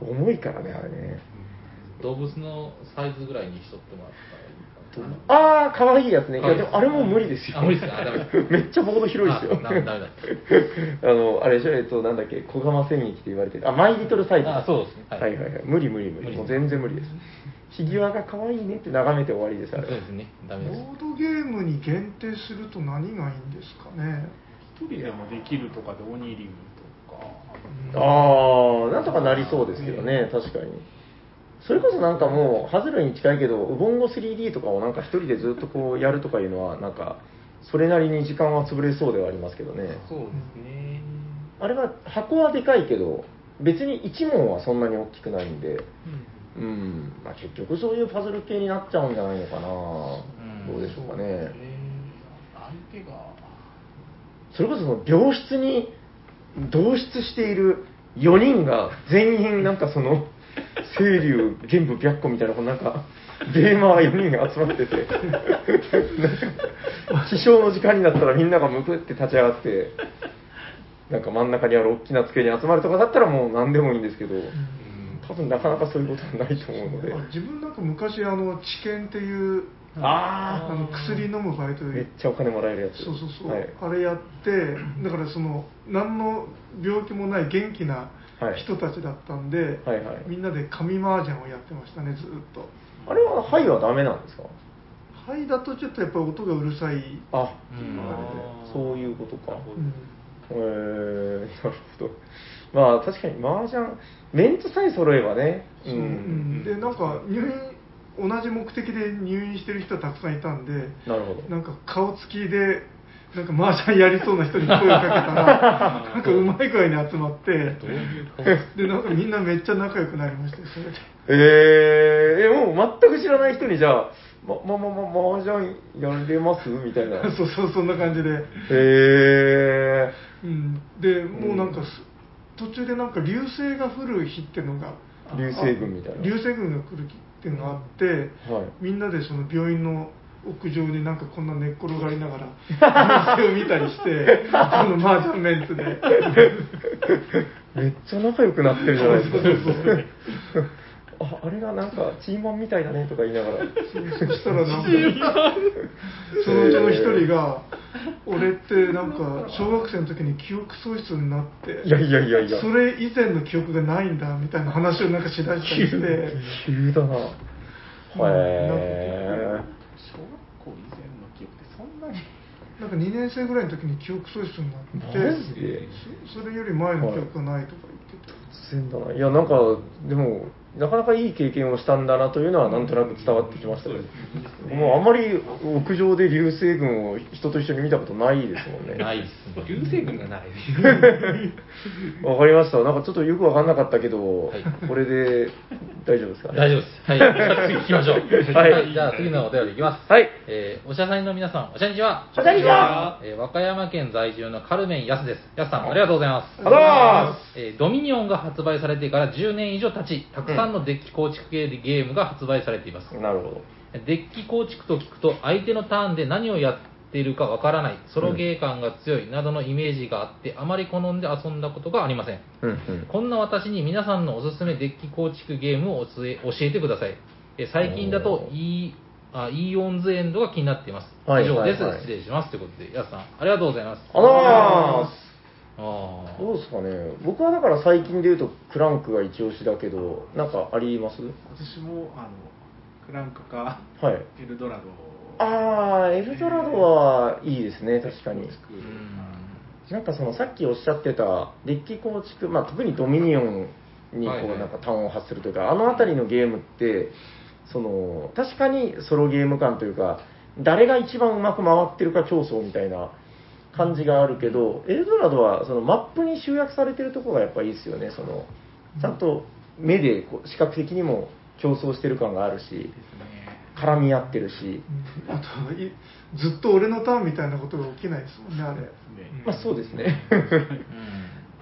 S2: 重いからねあれね
S1: 動物のサイズぐらいにしとってもらったらいいかな
S2: ああ、可愛いやつね。い
S1: 可愛
S2: や、
S1: い
S2: でもあれもう無理ですよ。
S1: あ無理ですかあダメです
S2: めっちゃボード広いですよ。
S1: あダメダメだ
S2: あの、あれでしょ、えっと、なんだっけ、小釜セミって言われてる。あ、マイリトルサイズ。
S1: あそうですね
S2: は
S1: はいい
S2: はいはい。無理無理無
S1: 無
S2: 理。
S1: 理
S2: もう全然無 理です。フィギュアが可愛いねって眺めて終わりです、あ
S1: そう
S2: れ。
S1: ですねダ
S5: ボ
S1: メです
S5: ードゲームに限定すると何がいいんですかね。
S4: 一人でもできるとかでオニリウムとか。
S2: ああ、なんとかなりそうですけどね、確かに。それこそなんかもう、ハズレに近いけど、ウボンゴ 3D とかをなんか一人でずっとこうやるとかいうのは、なんか、それなりに時間は潰れそうではありますけどね。
S3: そうですね。
S2: あれは箱はでかいけど別に1問はそんなに大きくないんでうん、まあ、結局そういうパズル系になっちゃうんじゃないのかな、
S1: うん
S2: どうでしょうかね
S4: 相手が。
S2: それこそその病室に同室している4人が全員なんかその清流玄武白虎みたいなこうなんかゲーマー4人が集まっててなんか 起床の時間になったらみんながむくって立ち上がってなんか真ん中にある大きな机に集まるとかだったらもう何でもいいんですけど多分なかなかそういうことはないと思うので
S5: あ自分なんか昔あの知見っていう
S2: あ
S5: あの薬飲むバイト
S2: あ、
S5: で
S2: めっちゃお金もらえるやつ。
S5: そうそうそう、
S2: はい、
S5: あれやってだからその何の病気もない元気な
S2: はい
S5: 人たちだったんで、
S2: はいはい
S5: みんなで紙麻雀をやってましたねずーっと
S2: あれは、はいはダメなんですか
S5: 肺だとちょっとやっぱり音がうるさい、
S2: あ、
S1: うん
S2: そういうことか。
S5: うん
S2: えー、なるほど。まあ確かに麻雀、メントさえ揃えばね。
S5: そううんでなんか入院同じ目的で入院してる人はたくさんいたんで
S2: なるほど。
S5: なんか顔つきでなんか麻雀やりそうな人に声をかけた らなんかうまい具合に集まってでなんかみんなめっちゃ仲良くなりましたよそれで
S2: えー、え、もう全く知らない人にじゃあ、ま、ま、ま、ま、麻雀やれますみたいな。へ
S5: そうそうそんな感じで、
S2: え
S5: うん、でもうなんかす途中でなんか流星が降る日っていうのが
S2: ー、流星群みたいな。
S5: 流星群が来る日っていうのがあって、
S2: はい
S5: みんなでその病院の屋上になんかこんな寝っ転がりなが ら流星を見たりしてあのマージャンメンツで
S2: めっちゃ仲良くなってるじゃないですか
S5: そうそうそう。
S2: ああれがなんかチーマンみたいだねとか言いながら。
S5: そしたらなんかそのうちの一人が俺ってなんか小学生の時に記憶喪失になって
S2: いやいやいやいや。
S5: それ以前の記憶がないんだみたいな話をなんかしだした りして、
S2: 急だな。へ
S5: なん
S2: え
S5: か。
S4: 小学校以前の記憶ってそんなに
S5: なんか2年生ぐらいの時に記憶喪失になって
S2: マジで
S5: そそれより前の記憶がないとか言ってて、
S2: 突然だな。いやなんかでもなかなかいい経験をしたんだなというのはなんとなく伝わってきましたね。もうあんまり屋上で流星群を人と一緒に見たことないですもんね。
S1: ないっすね
S3: 流星群がない。
S2: わかりました。なんかちょっとよくわかんなかったけど、
S1: はい
S2: これで大丈夫ですかね。
S1: 大丈夫です。はい。じゃあ次行きましょう。
S2: はい
S1: じゃあ次のお便りいきます。
S2: はい。
S1: えーおしゃさんの皆さん、おしゃにちは。
S2: おしゃにちは
S1: えー和歌山県在住のカルメン・ヤスです。ヤスさん、ありがとうございます。
S2: あら
S1: えードミニオンが発売されてから10年以上経ち、たくさんのデッキ構築系ゲームが発売されています。
S2: ーなるほど。
S1: デッキ構築と聞くと、相手のターンで何をやっているかわからない、ソロゲー感が強いなどのイメージがあって、あまり好んで遊んだことがありません。
S2: うんうん。
S1: こんな私に皆さんのおすすめデッキ構築ゲームを教え教えてください。え最近だと
S2: おー
S1: イーあイーオンズエンドが気になっています。
S2: はい
S1: 以上です。
S2: はいはい
S1: 失礼します。ということで、ヤスさん、ありがとうございます。
S2: あらー
S1: あー
S2: どうですかね僕はだから最近で言うとクランクが一押しだけどなんかあります
S4: 私もあのクランクか
S2: はい
S4: エルドラド
S2: ああエルドラドはいいですね確かに
S4: 作
S1: う
S4: る
S1: ん
S2: なんかそのさっきおっしゃってたデッキ構築、まあ、特にドミニオンにこ
S1: はいうはい
S2: なんか端を発するというか、あの辺りのゲームってその確かにソロゲーム感というか誰が一番うまく回ってるか競争みたいな感じがあるけど、エルドラドはそのマップに集約されてるところがやっぱいいですよねそのちゃんと目でこう視覚的にも競争してる感があるし絡み合ってるし、
S5: うんあといずっと俺のターンみたいなことが起きないですもんねあれ
S2: まあそうですね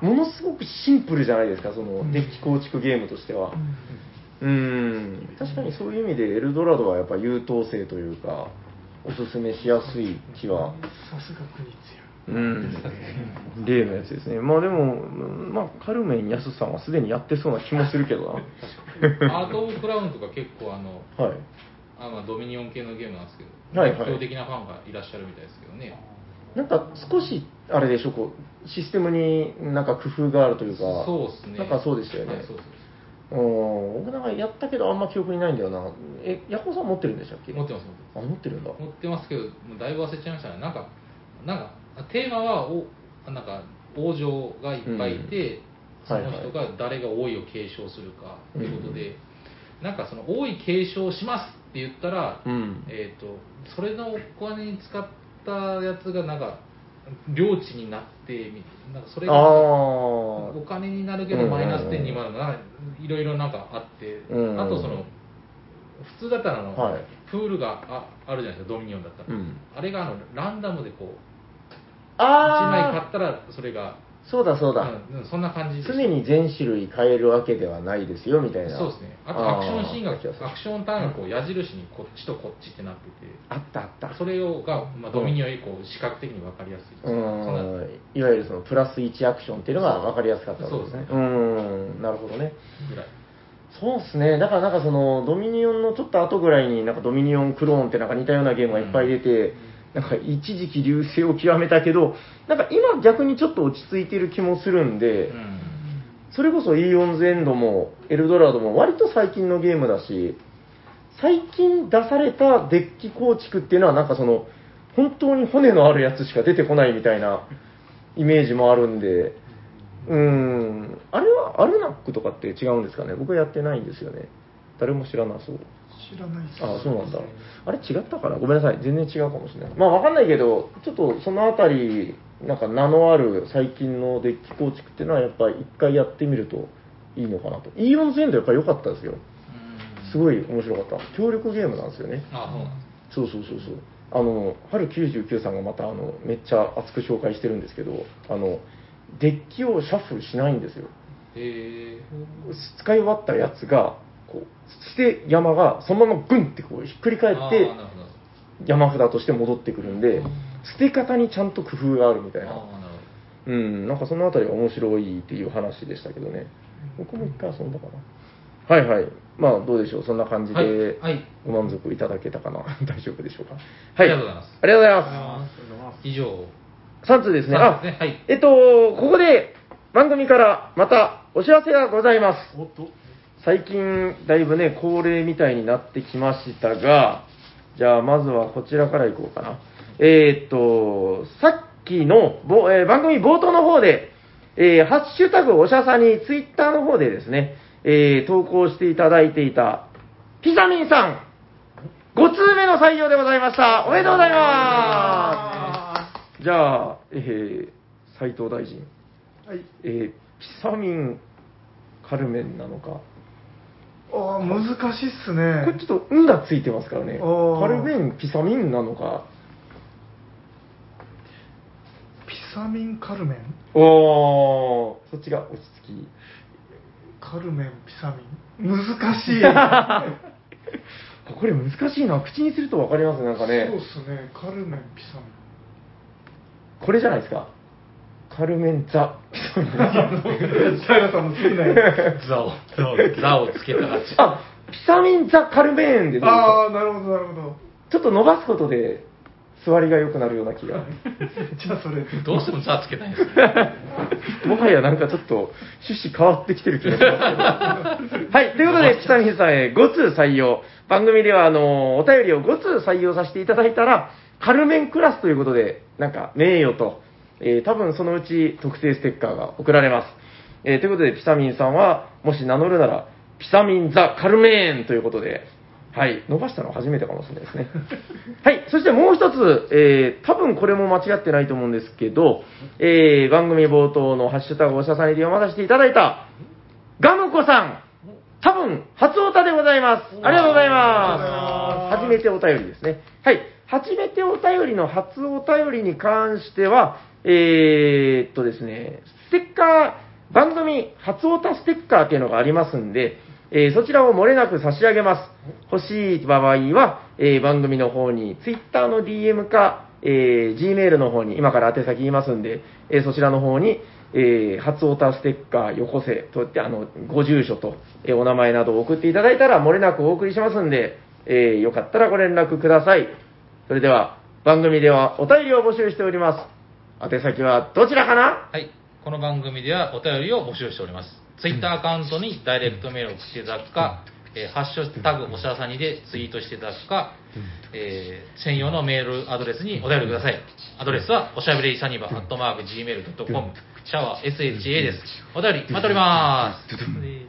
S1: う
S2: ものすごくシンプルじゃないですかそのデッキ構築ゲームとしては。うーん確かにそういう意味でエルドラドはやっぱ優等生というかおすすめしやすい気は
S5: さすが国強
S2: うん例のやつですねまあでも、うんまあ、カルメン安さんはすでにやってそうな気もするけど
S1: んアート・オブ・クラウンとか結構あの、
S2: なはい
S1: あまあ、ドミニオン系のゲームなんですけど、
S2: はいはい
S1: 熱狂的なファンがいらっしゃるみたいですけどね。
S2: なんか少しあれでしょこうシステムになんか工夫があるというか
S1: そうですね。
S2: なんかそうでしたよね、
S1: はいそうそう
S2: うん僕なんかやったけどあんま記憶にないんだよなえヤコさん持ってるんでしたっけ
S1: 持ってます、持ってます。
S2: あ持ってるんだ
S1: 持ってますけど、もうだいぶ忘れちゃいましたね、なんか、なんかテーマはおなんか王女がいっぱいいて、
S2: うん
S1: そ
S2: はいは
S1: の
S2: い
S1: 人が誰が王位を継承するかということで、なんかその王位継承しますって言ったら、
S2: うん
S1: えー、とそれのお金に使ったやつが、なんか、領地になってみ、なんかそれ
S2: あ
S1: が。
S2: あ
S1: お金になるけど
S2: うんうんうん
S1: マイナス点にもなるなんかいろいろなんかあって、
S2: うんうん
S1: あとその普通だったらあの、
S2: はい
S1: プールがああるじゃないですかドミニオンだったら、
S2: うん
S1: あれがあのランダムでこう1枚買
S2: ああ
S1: ったらそれが
S2: そうだそうだ、
S1: うんうんそんな感じでした
S2: 常に全種類変えるわけではないですよみたいな
S1: そうですねあとアクションシーンが
S2: あー
S1: アクションターンがこう矢印にこっちとこっちってなってて
S2: あったあった
S1: それをが、まあ、ドミニオンよりこう視覚的に分かりやすい
S2: うん
S1: そんない
S2: わゆるそのプラス1アクションっていうのが分かりやすかったわけですね
S1: そうです
S2: うんなるほどね
S1: ぐらい
S2: そうですね、だからなんかその、ドミニオンのちょっと後ぐらいに、なんかドミニオンクローンってなんか似たようなゲームがいっぱい出て、なんか一時期流星を極めたけど、なんか今逆にちょっと落ち着いてる気もするんで、
S1: うん
S2: それこそイーオンズエンドもエルドラドも割と最近のゲームだし、最近出されたデッキ構築っていうのはなんかその、本当に骨のあるやつしか出てこないみたいなイメージもあるんで、うーん、あれはアルナックとかって違うんですかね僕やってないんですよね。誰も知らなそう。
S5: 知らないです
S2: ああそうなんだ。あれ違ったかなごめんなさい。全然違うかもしれない。まあわかんないけど、ちょっとそのあたり、なんか名のある最近のデッキ構築っていうのはやっぱり一回やってみるといいのかなと。イーオンズエンドやっぱ良かったですよ。すごい面白かった。協力ゲームなんですよね。
S1: あそうなんだ
S2: そうそうそうそう。あの、春99さんがまたあの、めっちゃ熱く紹介してるんですけど、あの、デッキをシャッフルしないんですよ。
S1: へえ
S2: 使い終わったやつが、こう、して山がそのままグンってこうひっくり返って、
S1: あーなるほど
S2: 山札として戻ってくるんで
S1: うん、
S2: 捨て方にちゃんと工夫があるみたいな。
S1: あーなる
S2: うん、なんかそのあたりは面白いっていう話でしたけどね。僕も一回遊んだかな。はいはい。まあどうでしょう、そんな感じ
S1: はい
S2: で
S1: はい
S2: ご満足いただけたかな。 大丈夫でしょうか。はい。
S1: ありがとうございます
S2: ありがとうござい
S1: ほど
S2: ま
S1: 以上
S2: す。3通ですね。
S1: 三
S2: あ
S1: 通ですねはい、
S2: えっと、ここで番組からまたお知らせがございます。
S4: おっと
S2: 最近だいぶね恒例みたいになってきましたがじゃあまずはこちらからいこうかなえー、っとさっきの、ぼえー番組冒頭の方で、えーハッシュタグおしゃさにツイッターの方でですね、えー投稿していただいていたピザミンさん5通目の採用でございましたおめでとうございますじゃあ、えー、斉藤大臣
S5: はい
S2: えー、ピサミンカルメンなのか
S5: ああ難しいっすね
S2: これちょっと「ん」がついてますからね
S5: あー
S2: カルメンピサミンなのか
S5: ピサミンカルメン
S2: おーそっちが落ち着き
S5: カルメンピサミン難しいそ
S2: あ これ難しいな口にすると分かりますねなんかね
S5: うっすねカルメンピサ ミン
S2: これじゃないですかカルメン ザピサミン
S5: サイラさんの好きなや
S1: ザをザをザをつけたら
S2: あピサミンザカルメンで
S5: つ
S2: どうですか
S5: ああなるほどなるほど
S2: ちょっと伸ばすことで座りが良くなるような気 が
S5: じゃあそれ
S1: どうしてもザつけたいんですね
S2: もはやなんかちょっと趣旨変わってきてる気がしますけど。 はい、ということで、北見さんへ5通採用。番組では、あの、お便りを5通採用させていただいたら、カルメンクラスということで、なんか、名誉と、えー多分そのうち特製ステッカーが送られます。えーということで、ピサミンさんは、もし名乗るなら、ピサミンザ・カルメーンということで、はい、伸ばしたの初めてかもしれないですね。はい、そしてもう一つ、えー、多分これも間違ってないと思うんですけど、えー、番組冒頭のハッシュタグおしゃさんにで読まさせていただいた、ガムコさん、多分初オタでございます。ありがとうございます。初めてお便りですね。はい、初めてお便りの初お便りに関しては、えー、っとですね、ステッカー、番組初オタステッカーっていうのがありますんで、えーそちらを漏れなく差し上げます。欲しい場合は、えー番組の方に、Twitter の DM か、えー Gmail の方に、今から宛先言いますんで、えーそちらの方に、えー初オタステッカーよこせといって、あの、ご住所と、えーお名前などを送っていただいたら、漏れなくお送りしますんで、えーよかったらご連絡ください。それでは、番組ではお便りを募集しております。宛先はどちらかな
S1: はい。この番組ではお便りを募集しております。ツイッターアカウントにダイレクトメールを送っていただくか、えーハッシュタグおしゃさにでツイートしていただくか、えー専用のメールアドレスにお便りください。アドレスはおしゃべりサニバアットマーク Gmail.com、シャワー SHA です。お便り待っております。ありがとうござい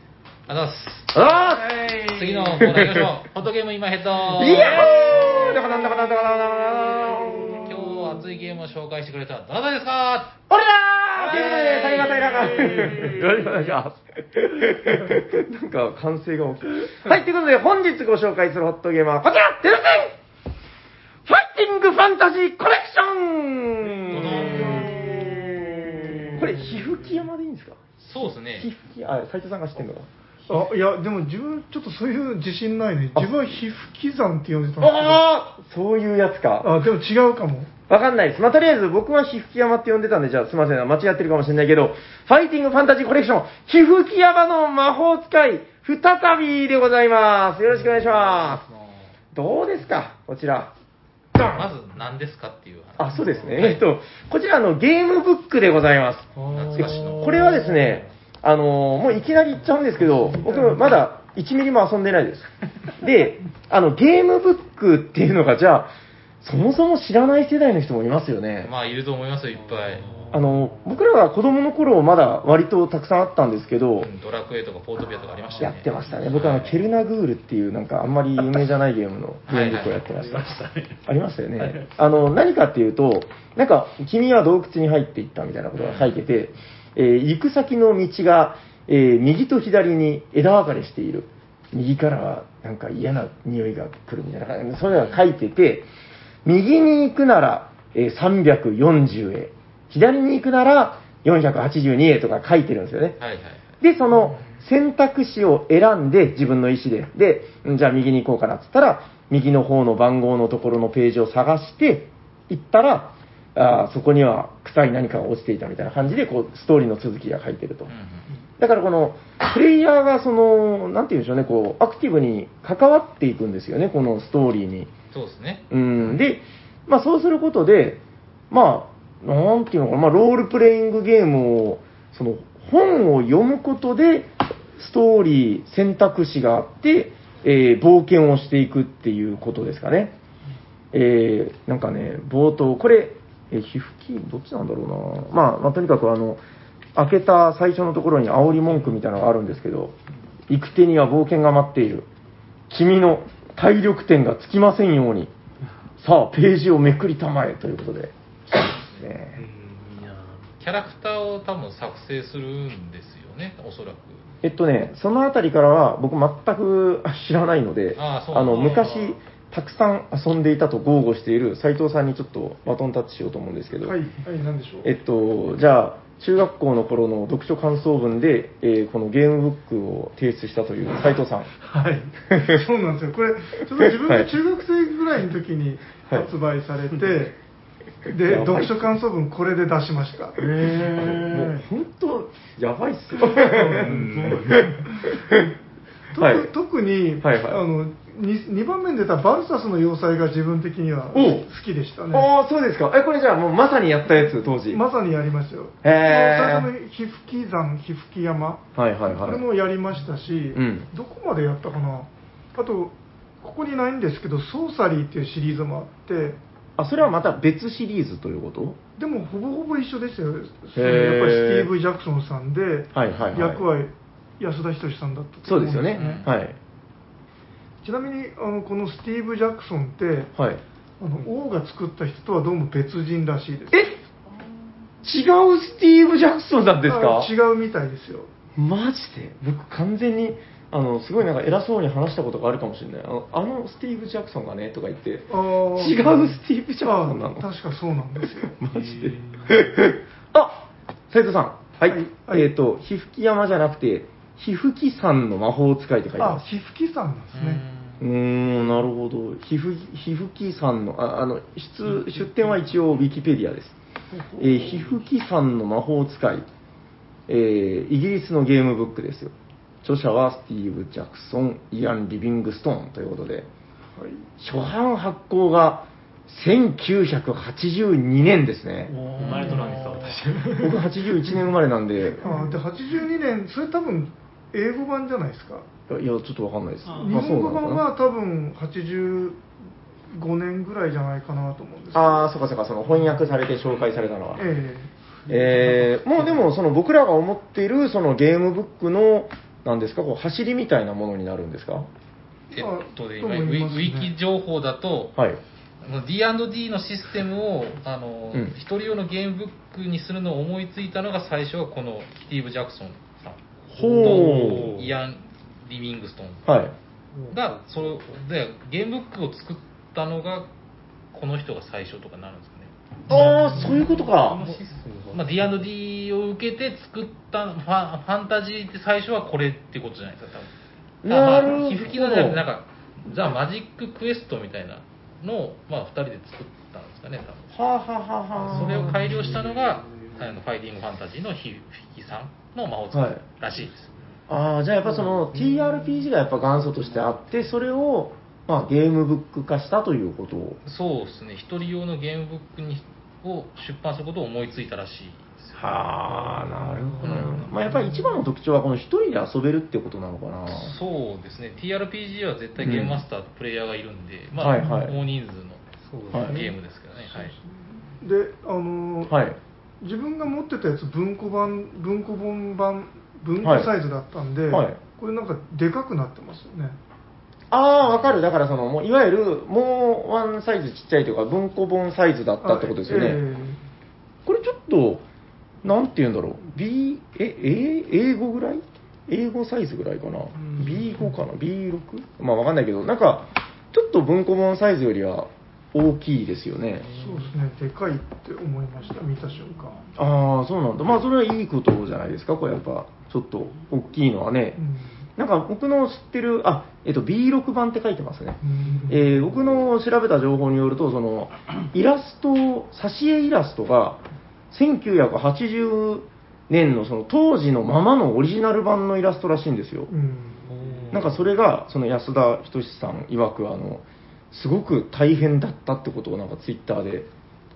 S2: あー
S1: ます。次のコーナー行きましょう。ホットゲーム今ヘッド。
S2: イヤホーだからなんだかなんだかなんだかなんだか
S1: 今日熱いゲームを紹介してくれたらどなたですか
S2: 俺だーということで、がよろしくお願いします。 なんか、歓声が大きい。はい、ということで、本日ご紹介するホットゲームはこちらデルセンファイティングファンタジーコレクションこれ、皮膚キ山でいいんですか
S1: そうですね。
S2: 皮膚キあ、斉藤さんが知ってんのか
S5: あいやでも自分ちょっとそういう自信ないね自分は皮膚刻んって呼んでたんですけど
S2: ああそういうやつか。
S5: あでも違うかも
S2: わかんないです。まあ、とりあえず僕は皮膚キ山って呼んでたんで、じゃあすいません。間違ってるかもしれないけど、ファイティングファンタジーコレクション、皮膚キ山の魔法使い、再びでございます。よろしくお願いします。どうですかこちら。
S1: まず何ですかっていう話
S2: あ、そうですね。えっと、こちらあのゲームブックでございます。
S1: 懐かしの
S2: これはですね、あのーもういきなり言っちゃうんですけど、僕まだ1ミリも遊んでないです。で、あの、ゲームブックっていうのが、じゃあ、そもそも知らない世代の人もいますよね。
S1: まあいると思いますよいっぱい
S2: あの、僕らは子供の頃まだ割とたくさんあったんですけど、
S1: うんドラクエとかポートビアとかありました
S2: や
S1: よね
S2: ってましたね。僕はあの、ケルナグールっていう、なんかあんまり有名じゃないゲームのゲームブックをやってました。ありましたよね。あの、何かっていうと、なんか、君は洞窟に入っていったみたいなことが書いてて、えー行く先の道が、えー右と左に枝分かれしている。右からは、なんか嫌な匂いが来るみたいな感じで、そういうのが書いてて、右に行くなら、えー340へ、左に行くなら482へとか書いてるんですよね。
S1: はいはい
S2: で、その選択肢を選んで、自分の意思で。で、うんじゃあ右に行こうかなって言ったら、右の方の番号のところのページを探して、行ったら、あーそこには臭い何かが落ちていたみたいな感じで、こう、ストーリーの続きが書いてると。
S1: うんうん
S2: だからこの、プレイヤーがその、なんて言うんでしょうね、こう、アクティブに関わっていくんですよね、このストーリーに。
S1: そうですね
S2: うん、で、まあ、そうすることで、まあ、なんていうのかな、まあ、ロールプレイングゲームを、その本を読むことで、ストーリー、選択肢があって、えー冒険をしていくっていうことですかね。えーなんかね、冒頭、これ、えー、皮膚キーどっちなんだろうな、まあ、まあとにかくあの、開けた最初のところに煽り文句みたいなのがあるんですけど、行く手には冒険が待っている。君の体力点がつきませんように。さあ、ページをめくりたまえということで。ね
S1: キャラクターを多分作成するんですよねおそらく
S2: えっとね、そのあたりからは僕全く知らないので、
S1: ああそう
S2: の
S1: ああ
S2: 昔、たくさん遊んでいたと豪語している斉藤さんにちょっとバトンタッチしようと思うんですけど、
S5: はい、はい、なんでしょう。
S2: えっと、じゃあ、中学校の頃の読書感想文で、えーこのゲームブックを提出したという斉藤さん。
S5: はい、そうなんですよ、これ、ちょっと自分が中学生ぐらいの時に
S2: はい
S5: 発売されて、
S2: や
S5: で、
S2: ばい
S5: 読書感想文、これで出しました。
S2: もう本当、やばいっ すよ。
S5: 特
S2: はい
S5: 特に、
S2: はいはい
S5: あの 2, 番目に出たバルサスの要塞が自分的には
S2: おう
S5: 好きでしたね。
S2: ああ、そうですか。え、これじゃあもうまさにやったやつ、当時。
S5: まさにやりましたよ。
S2: へー
S5: その最初の皮膚鬼山、皮膚鬼山、
S2: はいはい
S5: こ
S2: は
S5: れ
S2: い。
S5: もやりましたし、
S2: ん
S5: どこまでやったかな、あと、ここにないんですけど、ソーサリーっていうシリーズもあって、
S2: あ、それはまた別シリーズということ
S5: でもほぼほぼ一緒ですよ、やっぱりステ
S2: へー
S5: ィーブ・ジャクソンさんで、
S2: はいはいはい
S5: 役は安田仁さんだったと
S2: そう
S5: 思ん
S2: ですよね。はい。
S5: ちなみにあのこのスティーブ・ジャクソンって、
S2: はい。
S5: あの王が作った人とはどうも別人らしいです。
S2: え違うスティーブ・ジャクソンなんですか
S5: あ違うみたいですよ。
S2: マジで僕完全にあのすごいなんか偉そうに話したことがあるかもしれないあのあのスティーブ・ジャクソンがねとか言って違う
S5: あー
S2: スティーブ・ジャクソンなの
S5: あ確かそうなんですよ。
S2: マジで あ斉藤さんはい、
S5: はいはい
S2: えっ、と「ひふき山」じゃなくて「ひふき山の魔法使い」って書いて
S5: あ
S2: ま、す
S5: 皮膚鬼さんなんですね。
S2: うーんなるほどひふひふきさんのああの出出典は一応ウィキペディアです、えー、ひふきさんの魔法使い、えーイギリスのゲームブックですよ著者はスティーブ・ジャクソンイアン・リビングストーンということで
S5: はい
S2: 初版発行が1982年ですね
S3: 生まれとらんですわ私
S2: 僕81年生まれなんで
S5: あーで82年、それ多分英語版じゃないですか。
S2: いやいやちょっとわかんないです
S3: あ
S5: 日本語
S2: まあそうなの
S5: 版
S2: かな
S5: は多分85年ぐらいじゃないかなと思うんですけど
S2: ああそうかそうかその翻訳されて紹介されたのは
S5: え
S2: えーもうでもその僕らが思っているそのゲームブックのなんですかこう走りみたいなものになるんですか
S1: えっとね今ウ
S5: あと思いますね
S1: ィウィキ情報だと、
S2: はい
S1: あの D&D のシステムをあの、
S2: うん
S1: 一人用のゲームブックにするのを思いついたのが最初はこのスティーブ・ジャクソンさん
S2: ほう
S1: イアン・リビングストン
S2: はい
S1: がそれでゲームブックを作ったのがこの人が最初とかになるんですかね
S2: ああそういうことか
S1: まあ、D&D を受けて作ったファンファンタジーって最初はこれってことじゃないですか多分
S2: なるほど
S1: まあ皮膚機能じゃなくてなんかザ・マジッククエストみたいなのを、まあ、2人で作ったんですかね多分
S2: はあはあはあはあ
S1: それを改良したのがあのファイティングファンタジーのヒフィキさんの魔法使いらしいです、
S2: ああ、じゃあやっぱその TRPG がやっぱ元祖としてあって、それを、まあ、ゲームブック化したということを。
S1: そうですね、一人用のゲームブックにを出版することを思いついたらしいですよ。
S2: はあ、なるほど。まあやっぱり一番の特徴はこの一人で遊べるってことなのかな。
S1: そうですね、TRPG は絶対ゲームマスターとプレイヤーがいるんで、まあ、
S2: はいはい
S1: 大人数
S3: そうです
S2: ねはい
S1: のゲームですけどね、はい、
S5: であのー
S2: はい。
S5: 自分が持ってたやつ文庫版文庫本版文庫サイズだったんで、
S2: はいはい
S5: これなんかでかくなってますよね
S2: ああ、わかる。だからその、もういわゆる、もうワンサイズちっちゃいというか、文庫本サイズだったってことですよね。
S5: あえ
S2: これちょっと、なんて言うんだろう。B、え、え英語ぐらい英語サイズぐらいかな。
S5: ん
S2: B5 かな ?B6? まあわかんないけど、なんか、ちょっと文庫本サイズよりは大きいですよね。
S5: えそうですねでかいって思いました見た瞬間
S2: ああ、そうなんだ。まあそれはいいことじゃないですか、これやっぱ。ちょっと、大きいのはね
S5: う。ん
S2: なんか僕の知ってる、あ、えっと B6 版って書いてますね。
S5: うん
S2: えー僕の調べた情報によると、そのイラスト、挿絵イラストが、1980年のその当時のままのオリジナル版のイラストらしいんですよ。
S5: うん
S2: なんかそれが、その安田仁さん曰く、あの、すごく大変だったってことをなんかツイッターで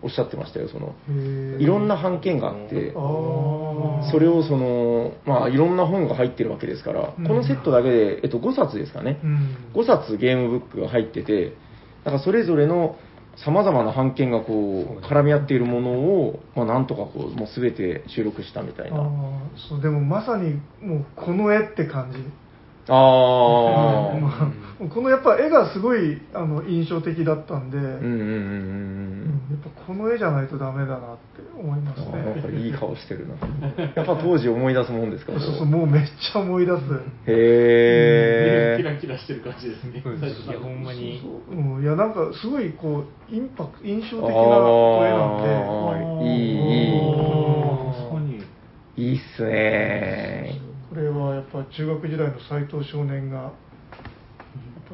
S2: おっしゃってましたよ。その、
S5: へえ
S2: いろんな版権があって、
S5: ああ
S2: それをその、まあいろんな本が入ってるわけですから、こ
S5: うん
S2: のセットだけで、えっと5冊ですかね。
S5: うん
S2: 5冊ゲームブックが入ってて、なんかそれぞれのさまざまな版権がこう絡み合っているものを、まあ、なんとかこうもう全て収録したみたい
S5: あ
S2: な。
S5: ーそうでもまさにもうこの絵って感じ
S2: あ
S5: うん
S2: あ。
S5: もうこのやっぱ絵がすごいあの印象的だったんで、
S2: うんうんうんうんうん。
S5: やっぱこの絵じゃないとダメだなって思い
S2: あ
S5: ます
S2: ーなんか
S5: ね
S2: いい顔してるな。やっぱ当時思い出すもんですか
S5: そうそうもうめっちゃ思い出す、
S2: へえ。
S7: キラしてる感じですね。
S3: いやほんまに
S5: うん、いやなんかすごいこうインパク印象的な
S2: あ
S5: 絵なんで
S2: ーい
S5: 確かに
S2: い、いいっすね。
S5: これはやっぱ中学時代の斎藤少年がやっ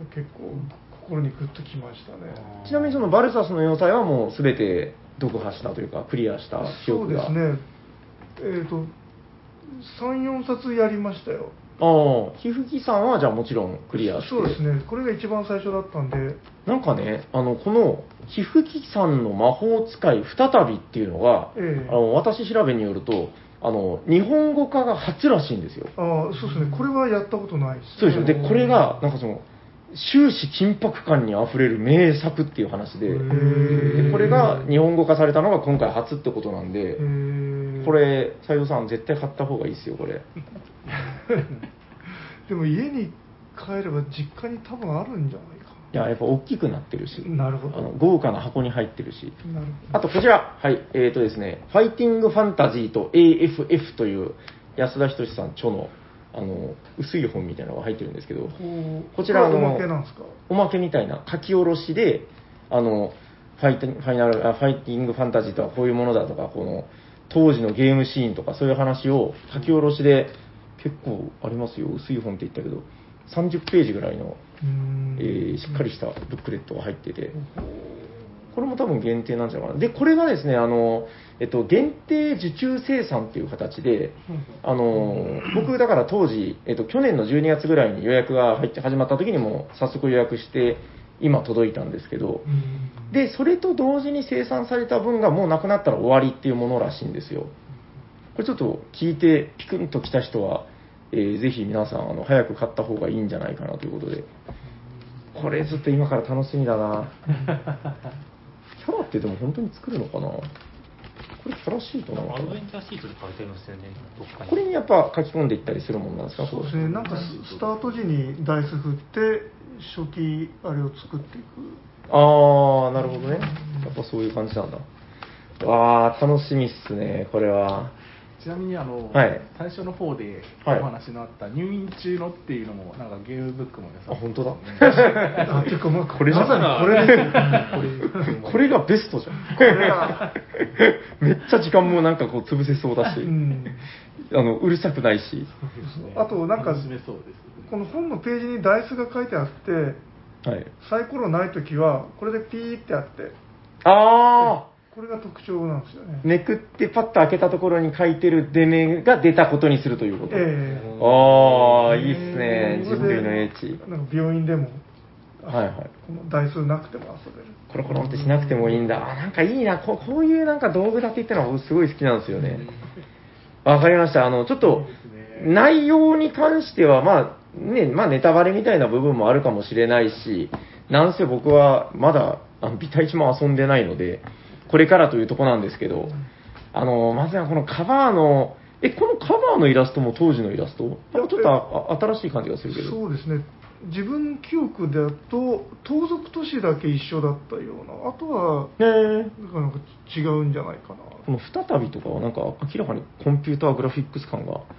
S5: ぱ結構心にグッときましたね
S2: ちなみにそのバルサスの要塞はもう全て読破したというか、クリアした記
S5: そう
S2: 憶
S5: で
S2: が。
S5: すねえっ、と34冊やりましたよ
S2: ああ、ひふきさんはじゃあもちろんクリアして。
S5: そうですねこれが一番最初だったんで
S2: なんかね、あの、この、ひふきさんの魔法使い再びっていうのが、
S5: ええ
S2: あの、私調べによると、あの、日本語化が初らしいんですよ。
S5: ああそうですねこれはやったことないです
S2: そう
S5: ね
S2: でしょ。で、これが、なんかその、終始緊迫感にあふれる名作っていう話で、
S5: へえ
S2: でこれが日本語化されたのが今回初ってことなんで、
S5: へえ
S2: これ、斉藤さん絶対買った方がいいですよ、これ。
S5: でも家に帰れば実家に多分あるんじゃないか
S2: いや、やっぱ大きくなってるし、
S5: なるほ
S2: あ
S5: ど
S2: の豪華な箱に入ってるし、
S5: なる
S2: あとこちら、はい、えーとですね、ファイティングファンタジーと AFF という安田仁さん著のあの薄い本みたいなのが入ってるんですけど、
S5: ほど
S2: こちら
S5: こ
S2: あ
S5: れは
S2: の
S5: おまけなんですか
S2: おまけみたいな書き下ろしで、あのファイティンファイナルあファイティングファンタジーとはこういうものだとか、この当時のゲームシーンとかそういう話を書き下ろしで、結構ありますよ、薄い本って言ったけど、30ページぐらいの、
S5: うーん
S2: えーしっかりしたブックレットが入ってて。これも多分限定なんじゃないかな。で、これがですね、あの、えっと、限定受注生産っていう形で、あの、僕、だから当時、えっと、去年の12月ぐらいに予約が入って始まった時にも、早速予約して、今届いたんですけど
S5: う、ん
S2: で、それと同時に生産された分がもうなくなったら終わりっていうものらしいんですよ。これちょっと聞いて、ピクンと来た人は、えーぜひ皆さん、あの、早く買った方がいいんじゃないかなということで、これちょっと今から楽しみだ な。キャラってでも本当に作るのかなこれキャラシートな
S3: ア
S2: のか
S3: ドベ
S2: な
S3: ンチャーシートで書いてありますよね、どっかに。
S2: これにやっぱ書き込んでいったりするもんなんですか
S5: そうですねなんかススタート時にダイス振って初期あれを作っ ていく
S2: ああ、なるほどね。やっぱそういう感じなんだ。わあ、楽しみっすね、これ は。
S7: ちなみにあの、
S2: はい
S7: 最初の方でお
S2: はい
S7: 話のあった入院中のっていうのもなんかゲームブックもね
S2: あ、本当だ。
S5: あてかまあ
S2: これじゃん
S5: まさにこ れですよ
S2: これがベストじゃん。めっちゃ時間もなんかこう潰せそうだし、
S5: うん
S2: あの、うるさくないし。
S5: あとなんか
S7: 楽しめそうですね
S5: この本のページにダイスが書いてあって
S2: はい。
S5: サイコロない時はこれでピーってあって
S2: ああ
S5: これが特徴なんですよね。
S2: めくってパッと開けたところに書いてる出目が出たことにするということ。
S5: ええ
S2: ああ、いいっすね。人
S5: これ
S2: 類
S5: で
S2: の英知。
S5: なんか病院でも、
S2: はいはい。
S5: この台数なくても遊べる。
S2: コロコロンってしなくてもいいんだ。あ、なんかいいな。こうこういうなんか道具立てってのは僕すごい好きなんですよね。わかりました。あの、ちょっと、内容に関しては、まあ、ね、まあネタバレみたいな部分もあるかもしれないし、なんせ僕はまだ、あの、ビタ一も遊んでないので、これからというとこなんですけど、あの、まずはこのカバーの、え、このカバーのイラストも当時のイラストなんかちょっとああ新しい感じがするけど。
S5: そうですね。自分記憶だと、盗賊都市だけ一緒だったような、あとは、
S2: ねえ
S5: なんかなんか違うんじゃないかな。
S2: この再びとかはなんか明らかにコンピューターグラフィックス感が
S5: 確か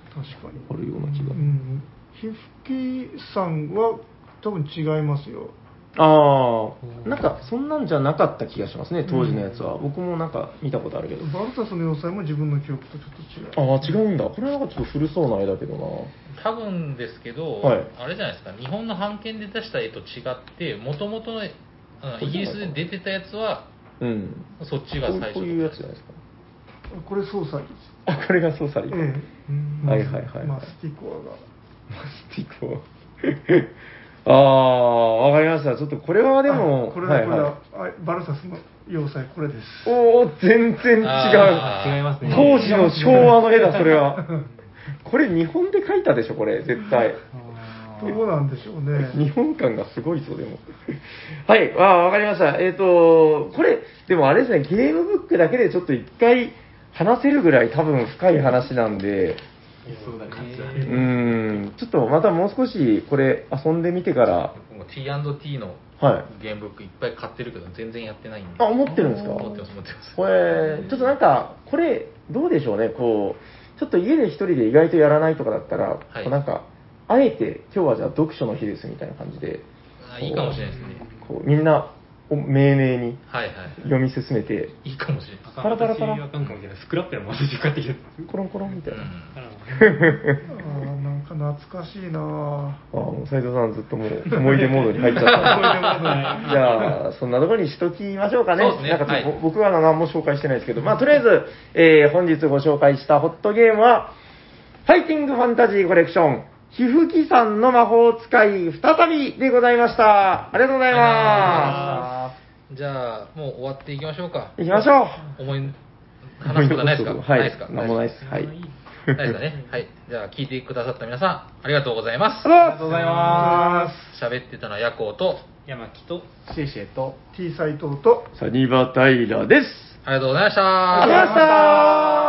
S5: に。
S2: あるような気が。
S5: うん。ひふきさんは多分違いますよ。
S2: ああ、なんかそんなんじゃなかった気がしますね、当時のやつは。僕もなんか見たことあるけど。
S5: バルタスの要塞も自分の記憶とちょっと違う。
S2: ああ、違うんだ。これはなんかちょっと古そうな絵だけどな。
S1: 多分ですけど、
S2: はい
S1: あれじゃないですか日本の版権で出した絵と違ってもともとイギリスで出てたやつは
S2: うん。
S1: そっちが
S2: こ
S1: 最初
S2: うこういうやつじゃないですか。
S5: これ操作です。
S2: あ、これがソーサリー。
S5: ええ。
S2: はいはいはいはい
S5: マスティコアが。
S2: マスティコア。ああ、わかりました。ちょっとこれはでも、
S5: あこれ
S2: は
S5: だ
S2: い
S5: これだ、
S2: はい。
S5: あバルサスの要塞これです
S2: おお、全然違う。
S1: あー違いますね
S2: 当時の昭和の絵だ、それは。これ日本で描いたでしょ、これ、絶対。
S5: どうなんでしょうね
S2: 日本感がすごいぞ、でも。 はい、わあわかりました。えっ、と、これ、でもあれですね、ゲームブックだけでちょっと一回話せるぐらい多分深い話なんで、
S4: そうだね
S2: うーん、ちょっとまたもう少しこれ遊んでみてから、
S1: もう T&T の
S2: はい。
S1: ゲームブックいっぱい買ってるけど全然やってないんで
S2: あ、思ってるんですか
S1: 持ってます持ってます
S2: これ、ちょっとなんか、これ、どうでしょうね、こう、ちょっと家で一人で意外とやらないとかだったら、
S1: はい
S2: こうなんか、あえて今日はじゃあ読書の日ですみたいな感じで、
S1: あいいかもしれないですね
S2: こうみんなを命名に
S1: はいはい
S2: 読み進めて、
S1: いいかもしれない
S2: パラパラパラ
S3: 私あかんかもしれない。スクラップやもん、私買ってきた。
S2: コロンコロンみたいな。
S1: うん
S5: あーなんか懐かしい なぁ
S2: あもう斉藤さんずっともう思い出モードに入っち ゃった。じゃあ、そんなところにしときましょうかね。
S1: そうですね
S2: なんかちょっと
S1: はい
S2: 僕は何も紹介してないですけど、まあとりあえず、えー本日ご紹介したホットゲームは、ファイティングファンタジーコレクション、ひふきさんの魔法使い再びでございました。ありがとうございま
S1: じゃあもう終わっていきましょうか
S2: す。行きましょう。
S1: 思い話すことないですか
S2: はい。
S1: ないですか
S2: なんもないです。はい。
S1: ないですかねはいじゃあ聞いてくださった皆さんありがとうございます
S2: ありがとうございます
S4: とうございま
S1: 喋ってたのは夜行と
S3: 山木と。
S4: すシェイシェイと
S5: T 斎藤と
S2: サニバタイラです。
S1: ありがとうございました
S2: ありがとうございました。